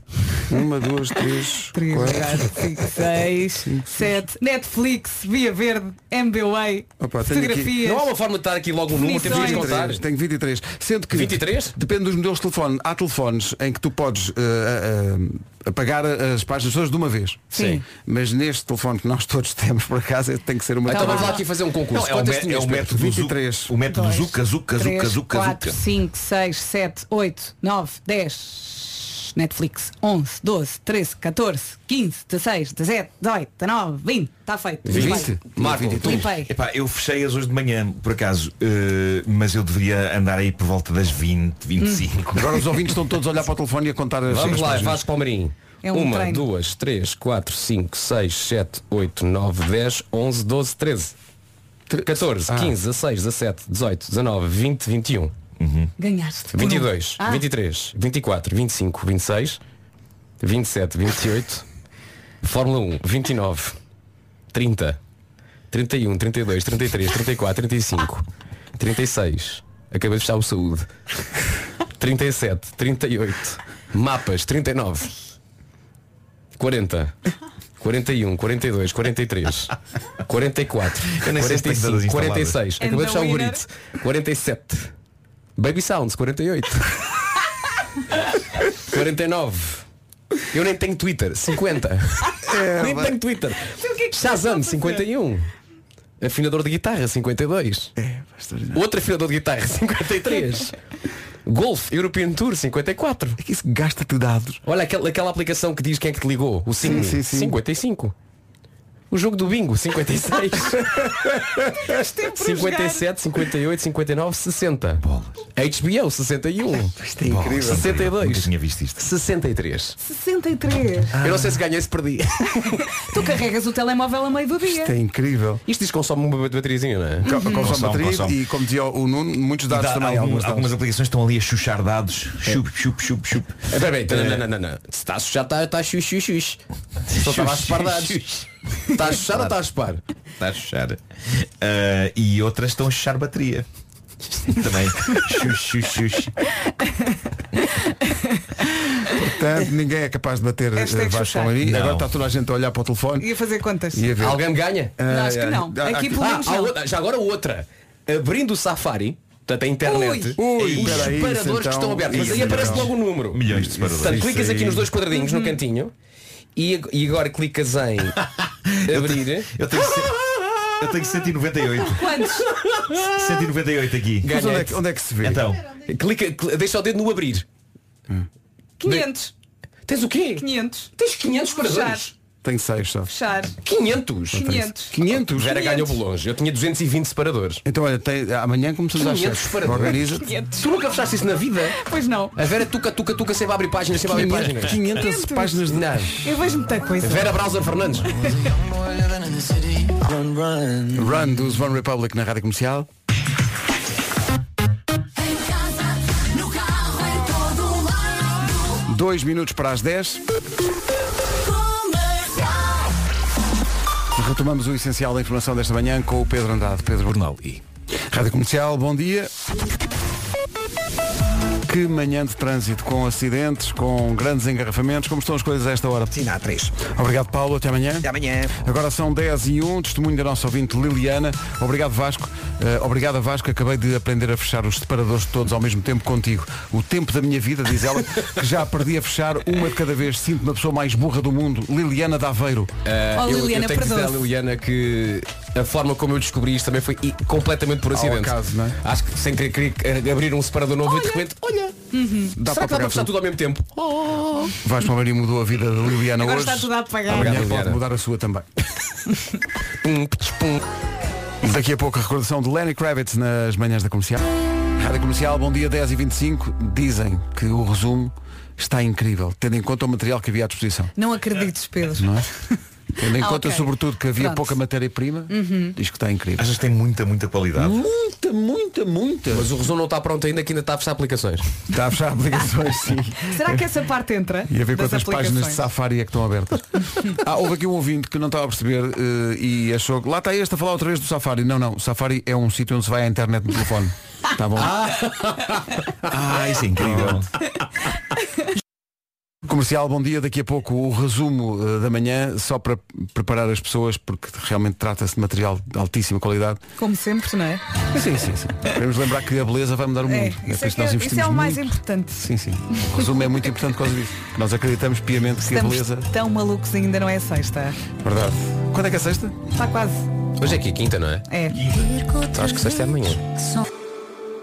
[SPEAKER 2] Uma, duas, três,
[SPEAKER 4] Três,
[SPEAKER 13] quatro.
[SPEAKER 4] quatro, cinco, seis, sete. Netflix, Via Verde, MBWay,
[SPEAKER 2] Opa, tenho aqui-
[SPEAKER 4] fotografias.
[SPEAKER 10] Não há uma forma de estar aqui logo um número, temos que
[SPEAKER 2] 23,
[SPEAKER 10] contar.
[SPEAKER 2] Tenho 23. Sendo que
[SPEAKER 10] 23?
[SPEAKER 2] depende dos modelos de telefone. Há telefones em que tu podes eh, eh, apagar as páginas todas de uma vez.
[SPEAKER 10] Sim.
[SPEAKER 2] Mas neste telefone que nós todos <laughs> temos para casa tem que ser uma
[SPEAKER 10] Então
[SPEAKER 2] vez.
[SPEAKER 10] vamos lá aqui fazer um
[SPEAKER 2] Não,
[SPEAKER 10] concurso.
[SPEAKER 2] é o
[SPEAKER 10] Quantas
[SPEAKER 2] mé-
[SPEAKER 10] tinhas,
[SPEAKER 2] é o
[SPEAKER 10] Pedro?
[SPEAKER 2] método do Zuc-
[SPEAKER 13] O método Zuca, Zuca, Zuca,
[SPEAKER 4] 3,
[SPEAKER 13] Zuca,
[SPEAKER 4] 4,
[SPEAKER 13] Zuca.
[SPEAKER 4] 5, 6, 7, 8, 9, 10. 10, Netflix, 11, 12, 13, 14, 15, 16, 17, 18, 19, 20. Está Tá feito. Vai.
[SPEAKER 13] Marco,
[SPEAKER 4] Limpei.
[SPEAKER 13] Epá, eu fechei-as hoje de manhã, por acaso, eh, mas eu deveria andar aí por volta das 20, 25.
[SPEAKER 2] Agora os ouvintes estão todos a olhar para o telefone e a contar as
[SPEAKER 10] Vamos
[SPEAKER 2] as
[SPEAKER 10] lá,
[SPEAKER 2] páginas.
[SPEAKER 10] Vasco Palmeirinho.
[SPEAKER 2] É um
[SPEAKER 10] Uma,
[SPEAKER 2] treino.
[SPEAKER 10] duas, três, quatro, cinco, seis, sete, oito, nove, dez, onze, doze, treze. 14, 15, 16, 17, 18, 19, 20, 21,
[SPEAKER 4] Ganhaste.
[SPEAKER 10] 22,
[SPEAKER 4] Ah.
[SPEAKER 10] 23, 24, 25, 26, 27, 28, Fórmula 1, 29, 30, 31, 32, 33, 34, 35, 36, acabei de fechar o saúde, 37, 38, mapas, 39, 40, 41, 42, 43, 44,
[SPEAKER 13] Eu nem sei se tenho todas instaladas.
[SPEAKER 10] 45, 46,
[SPEAKER 13] And
[SPEAKER 10] acabei de
[SPEAKER 13] the
[SPEAKER 10] fechar o
[SPEAKER 13] winner?
[SPEAKER 10] burrito, 47, Baby Sounds, 48, 49. Eu nem tenho Twitter, 50. <laughs> nem tenho Twitter. Shazam, 51. Afinador de guitarra, 52.
[SPEAKER 2] É,
[SPEAKER 10] Outro afinador de guitarra, <laughs> 53. Golf European Tour 54. É
[SPEAKER 2] que isso gasta-te dados.
[SPEAKER 10] Olha aquela, aquela aplicação que diz quem é que te ligou. O
[SPEAKER 2] Sim,
[SPEAKER 10] 5,
[SPEAKER 2] sim, sim.
[SPEAKER 10] 55. O jogo do
[SPEAKER 2] <laughs>
[SPEAKER 10] bingo 56.
[SPEAKER 4] tempo para
[SPEAKER 10] 57, 58, 59, 60. HBO 61. Isto é
[SPEAKER 13] incrível.
[SPEAKER 10] 62.
[SPEAKER 13] assim, Nunca tinha visto isto.
[SPEAKER 10] 63.
[SPEAKER 4] 63.
[SPEAKER 10] Eu não sei se ganhei se perdi.
[SPEAKER 4] Tu carregas o telemóvel a meio do dia.
[SPEAKER 2] É incrível.
[SPEAKER 10] Isto diz que consome uma bateriazinha, não é?
[SPEAKER 2] Co- Consome,
[SPEAKER 13] Consome,
[SPEAKER 2] bateria
[SPEAKER 13] consome.
[SPEAKER 2] e como dizia o Nuno, muitos dados
[SPEAKER 13] Dá-
[SPEAKER 2] também.
[SPEAKER 13] algum-
[SPEAKER 2] alguns dados.
[SPEAKER 13] algumas aplicações estão ali a chuchar dados. Chup, chup, chup, chup.
[SPEAKER 2] É,
[SPEAKER 10] Espera aí,
[SPEAKER 13] Eh,
[SPEAKER 10] não, não, não, não. Se está a sujar, está tá xux, xux, xux. Só estava a chupar dados. Está a sujar ou está a chupar?
[SPEAKER 13] Está a chuchar. Eh, e outras estão a chuchar bateria. Também. Xux, xux, xux.
[SPEAKER 2] Portanto, ninguém é capaz de bater eh,
[SPEAKER 4] Hashtag
[SPEAKER 2] Vasco
[SPEAKER 4] chuchar.
[SPEAKER 2] Palmeirinho.
[SPEAKER 4] Não.
[SPEAKER 2] Agora está toda a gente a olhar para o telefone.
[SPEAKER 4] E a fazer contas.
[SPEAKER 2] E a ver.
[SPEAKER 10] Alguém me ganha?
[SPEAKER 2] Não, acho que Ah, não. ah, Aqui ah, pelo menos
[SPEAKER 10] há
[SPEAKER 2] não.
[SPEAKER 10] outra- já agora outra. Abrindo o Safari, portanto a internet,
[SPEAKER 2] Ui, ui,
[SPEAKER 10] os
[SPEAKER 2] peraí,
[SPEAKER 10] separadores
[SPEAKER 2] isso
[SPEAKER 10] que
[SPEAKER 2] então-
[SPEAKER 10] estão abertos. Mas
[SPEAKER 2] isso
[SPEAKER 10] aí aparece
[SPEAKER 2] então. Uhum.
[SPEAKER 10] logo o número.
[SPEAKER 13] Milhões de separadores.
[SPEAKER 10] Portanto,
[SPEAKER 13] Isso
[SPEAKER 10] clicas
[SPEAKER 13] aí.
[SPEAKER 10] aqui nos dois quadradinhos no cantinho e, ag- e agora clicas
[SPEAKER 2] <laughs>
[SPEAKER 10] em abrir.
[SPEAKER 13] Eu tenho, ce- eu tenho 198.
[SPEAKER 4] Quantos?
[SPEAKER 13] 198 aqui.
[SPEAKER 10] Mas onde é que- onde é
[SPEAKER 13] se vê? Então,
[SPEAKER 10] Clica, cl- deixa o dedo no abrir.
[SPEAKER 4] 500.
[SPEAKER 10] Tens o quê?
[SPEAKER 4] 500.
[SPEAKER 10] Tens 500 separadores?
[SPEAKER 2] Tenho seis só.
[SPEAKER 4] Fechar. Fechar.
[SPEAKER 10] 500?
[SPEAKER 4] 500.
[SPEAKER 2] 500?
[SPEAKER 10] Vera ganhou por longe. Eu tinha 220 separadores.
[SPEAKER 2] Então olha, tem- amanhã começamos às
[SPEAKER 10] 500
[SPEAKER 2] 7.
[SPEAKER 10] separadores.
[SPEAKER 2] Organiza-te.
[SPEAKER 4] 500.
[SPEAKER 10] Tu nunca fechaste isso na vida?
[SPEAKER 4] Pois não.
[SPEAKER 10] A Vera tuca, tuca, tuca, sempre abre páginas, sempre abre
[SPEAKER 2] 500,
[SPEAKER 10] páginas.
[SPEAKER 2] 500 páginas de
[SPEAKER 10] nada.
[SPEAKER 4] Eu vejo muita coisa.
[SPEAKER 10] Vera Browser Fernandes.
[SPEAKER 2] Run dos One Republic na rádio comercial. Dois minutos para as 10. Retomamos o essencial da informação desta manhã com o Pedro Andrade. Pedro Jornal e Rádio Comercial, bom dia. Que manhã de trânsito, com acidentes, com grandes engarrafamentos. Como estão as coisas a esta hora? Sim, há três. Obrigado, Paulo. Até amanhã. Até
[SPEAKER 3] amanhã.
[SPEAKER 2] Agora são 10 e 1. Testemunho da nossa ouvinte Liliana. Obrigado, Vasco. Eh, obrigado, a Vasco. Acabei de aprender a fechar os separadores todos ao mesmo tempo contigo. O tempo da minha vida, diz ela, que já perdi a fechar uma de cada vez. Sinto-me a pessoa mais burra do mundo. Liliana de Aveiro.
[SPEAKER 4] É, Oh,
[SPEAKER 10] Ah, eu, eu tenho que dizer à Liliana que a forma como eu descobri isto também foi i- completamente por acidente.
[SPEAKER 2] acaso, não é?
[SPEAKER 10] Acho que sem querer, querer abrir um separador novo e de repente, olha,
[SPEAKER 2] Dá
[SPEAKER 10] será
[SPEAKER 2] para
[SPEAKER 10] que dá
[SPEAKER 2] apagar
[SPEAKER 10] para fechar
[SPEAKER 2] tudo?
[SPEAKER 10] tudo ao mesmo tempo?
[SPEAKER 2] Vasco Palmeirinho mudou a vida da Liliana
[SPEAKER 10] Agora
[SPEAKER 2] hoje.
[SPEAKER 10] está tudo a apagar.
[SPEAKER 2] Amanhã
[SPEAKER 10] Obrigado,
[SPEAKER 2] pode
[SPEAKER 10] Liliana.
[SPEAKER 2] mudar a sua também.
[SPEAKER 10] Hum.
[SPEAKER 2] Daqui a pouco a recordação de Lenny Kravitz nas manhãs da comercial. Rádio Comercial, bom dia 10 e 25 Dizem que o resumo está incrível, tendo em conta o material que havia à disposição.
[SPEAKER 4] Não acredites, Pedro. <laughs>
[SPEAKER 2] Não é? Tendo em
[SPEAKER 4] Ah,
[SPEAKER 2] conta,
[SPEAKER 4] ok.
[SPEAKER 2] sobretudo, que havia
[SPEAKER 4] Pronto.
[SPEAKER 2] pouca matéria-prima,
[SPEAKER 4] Uhum.
[SPEAKER 2] diz que está incrível.
[SPEAKER 13] achas que tem muita, muita qualidade.
[SPEAKER 2] Muita, muita, muita.
[SPEAKER 10] Mas o resumo não está pronto ainda, que ainda está a fechar aplicações.
[SPEAKER 2] Está a fechar aplicações, <laughs> sim.
[SPEAKER 4] Será que essa parte entra?
[SPEAKER 2] E a ver
[SPEAKER 4] Das
[SPEAKER 2] quantas páginas de
[SPEAKER 4] aplicações?
[SPEAKER 2] Safari é que estão <laughs> abertas. ah, houve aqui um ouvinte que não estava a perceber eh, e achou que lá está este a falar outra vez do Safari. Não, não, Safari é um sítio onde se vai à internet no telefone. <laughs> Está bom?
[SPEAKER 13] Ah, isso é incrível.
[SPEAKER 2] Comercial, bom dia. Daqui a pouco o resumo eh, da manhã, só para preparar as pessoas, porque realmente trata-se de material de altíssima qualidade.
[SPEAKER 4] Como sempre, não é?
[SPEAKER 2] Sim, sim, sim. Queremos lembrar que a beleza vai mudar o mundo. né?
[SPEAKER 4] É,
[SPEAKER 2] por
[SPEAKER 4] isso, é, que
[SPEAKER 2] nós
[SPEAKER 4] é-
[SPEAKER 2] investimos
[SPEAKER 4] isso é o mais
[SPEAKER 2] muito.
[SPEAKER 4] importante.
[SPEAKER 2] Sim, sim. O resumo é muito importante por causa disso. Nós acreditamos piamente que a
[SPEAKER 4] Estamos
[SPEAKER 2] beleza.
[SPEAKER 4] tão malucos ainda, não é sexta?
[SPEAKER 2] Verdade. Quando é que é sexta?
[SPEAKER 4] Está quase.
[SPEAKER 10] Hoje é aqui, quinta, não é?
[SPEAKER 4] É.
[SPEAKER 10] Acho que sexta é amanhã.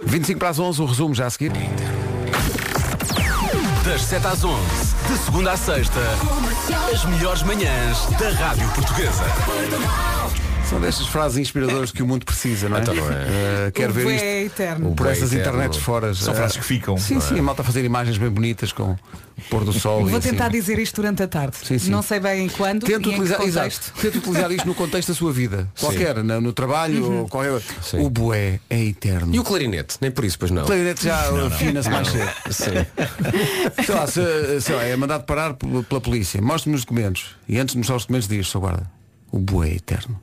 [SPEAKER 2] 25 para as 11, o resumo já a seguir.
[SPEAKER 16] Das 7 às 11, de segunda à sexta, as melhores manhãs da Rádio Portuguesa.
[SPEAKER 2] São destas frases inspiradoras que o mundo precisa, não é?
[SPEAKER 16] Então não
[SPEAKER 2] Eh, quero
[SPEAKER 4] O
[SPEAKER 2] ver
[SPEAKER 4] bem
[SPEAKER 2] isto
[SPEAKER 4] é eterno.
[SPEAKER 2] por
[SPEAKER 4] O bem
[SPEAKER 2] essas
[SPEAKER 4] é eterno.
[SPEAKER 2] internets fora.
[SPEAKER 4] São
[SPEAKER 2] Eh,
[SPEAKER 4] frases que ficam,
[SPEAKER 2] Sim,
[SPEAKER 4] não
[SPEAKER 2] sim,
[SPEAKER 4] é?
[SPEAKER 2] a malta a fazer imagens bem bonitas com o pôr do sol. e
[SPEAKER 4] Vou
[SPEAKER 2] assim.
[SPEAKER 4] tentar dizer isto durante a tarde.
[SPEAKER 2] Sim, sim.
[SPEAKER 4] Não sei bem quando e em
[SPEAKER 2] Tento
[SPEAKER 4] que
[SPEAKER 2] utilizar,
[SPEAKER 4] contexto.
[SPEAKER 2] exato, tento utilizar isto no contexto da sua vida.
[SPEAKER 10] Sim.
[SPEAKER 2] Qualquer, na- no trabalho,
[SPEAKER 4] Uhum.
[SPEAKER 2] ou qualquer. O bué é eterno.
[SPEAKER 10] E o clarinete? Nem por isso, pois não.
[SPEAKER 2] O clarinete já
[SPEAKER 10] Não, não.
[SPEAKER 2] afina-se mais
[SPEAKER 10] Não.
[SPEAKER 2] cedo. Sei lá, se, sei lá, é mandado parar p- pela polícia. Mostre-me os documentos. E antes de mostrar os documentos diz, seu guarda, o bué é eterno.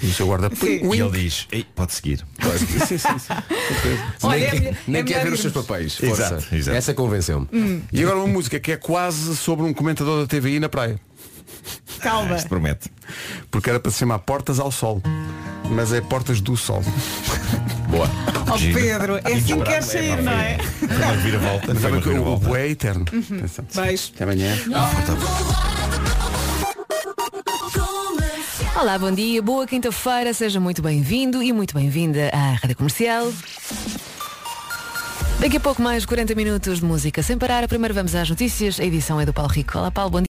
[SPEAKER 2] E o seu guarda um
[SPEAKER 13] E
[SPEAKER 2] "Wink".
[SPEAKER 13] ele diz, "Ei, pode seguir.
[SPEAKER 2] Sim, sim, sim.
[SPEAKER 4] Olha,
[SPEAKER 10] nem
[SPEAKER 4] é melhor-
[SPEAKER 10] nem
[SPEAKER 4] é
[SPEAKER 10] quer
[SPEAKER 4] melhor
[SPEAKER 10] ver os seus
[SPEAKER 4] irmos.
[SPEAKER 10] papéis.
[SPEAKER 2] Exato,
[SPEAKER 10] Força.
[SPEAKER 2] exato.
[SPEAKER 10] Essa convenceu-me.
[SPEAKER 4] Hum,
[SPEAKER 2] E agora uma música que é quase sobre um comentador da TVI na praia.
[SPEAKER 4] calma.
[SPEAKER 2] promete. Porque era para se chamar Portas ao Sol. Mas é Portas do Sol.
[SPEAKER 13] Boa.
[SPEAKER 4] Ó Pedro, é assim que queres sair, não é?
[SPEAKER 13] Uma reviravolta.
[SPEAKER 2] Mas também que o- o bué é eterno.
[SPEAKER 4] Uhum.
[SPEAKER 2] Atenção.
[SPEAKER 4] Beijo.
[SPEAKER 2] Até amanhã.
[SPEAKER 19] Olá, bom dia, boa quinta-feira, seja muito bem-vindo e muito bem-vinda à Rádio Comercial. Daqui a pouco mais 40 minutos de música sem parar. Primeiro vamos às notícias. A edição é do Paulo Rico. Olá, Paulo, bom dia.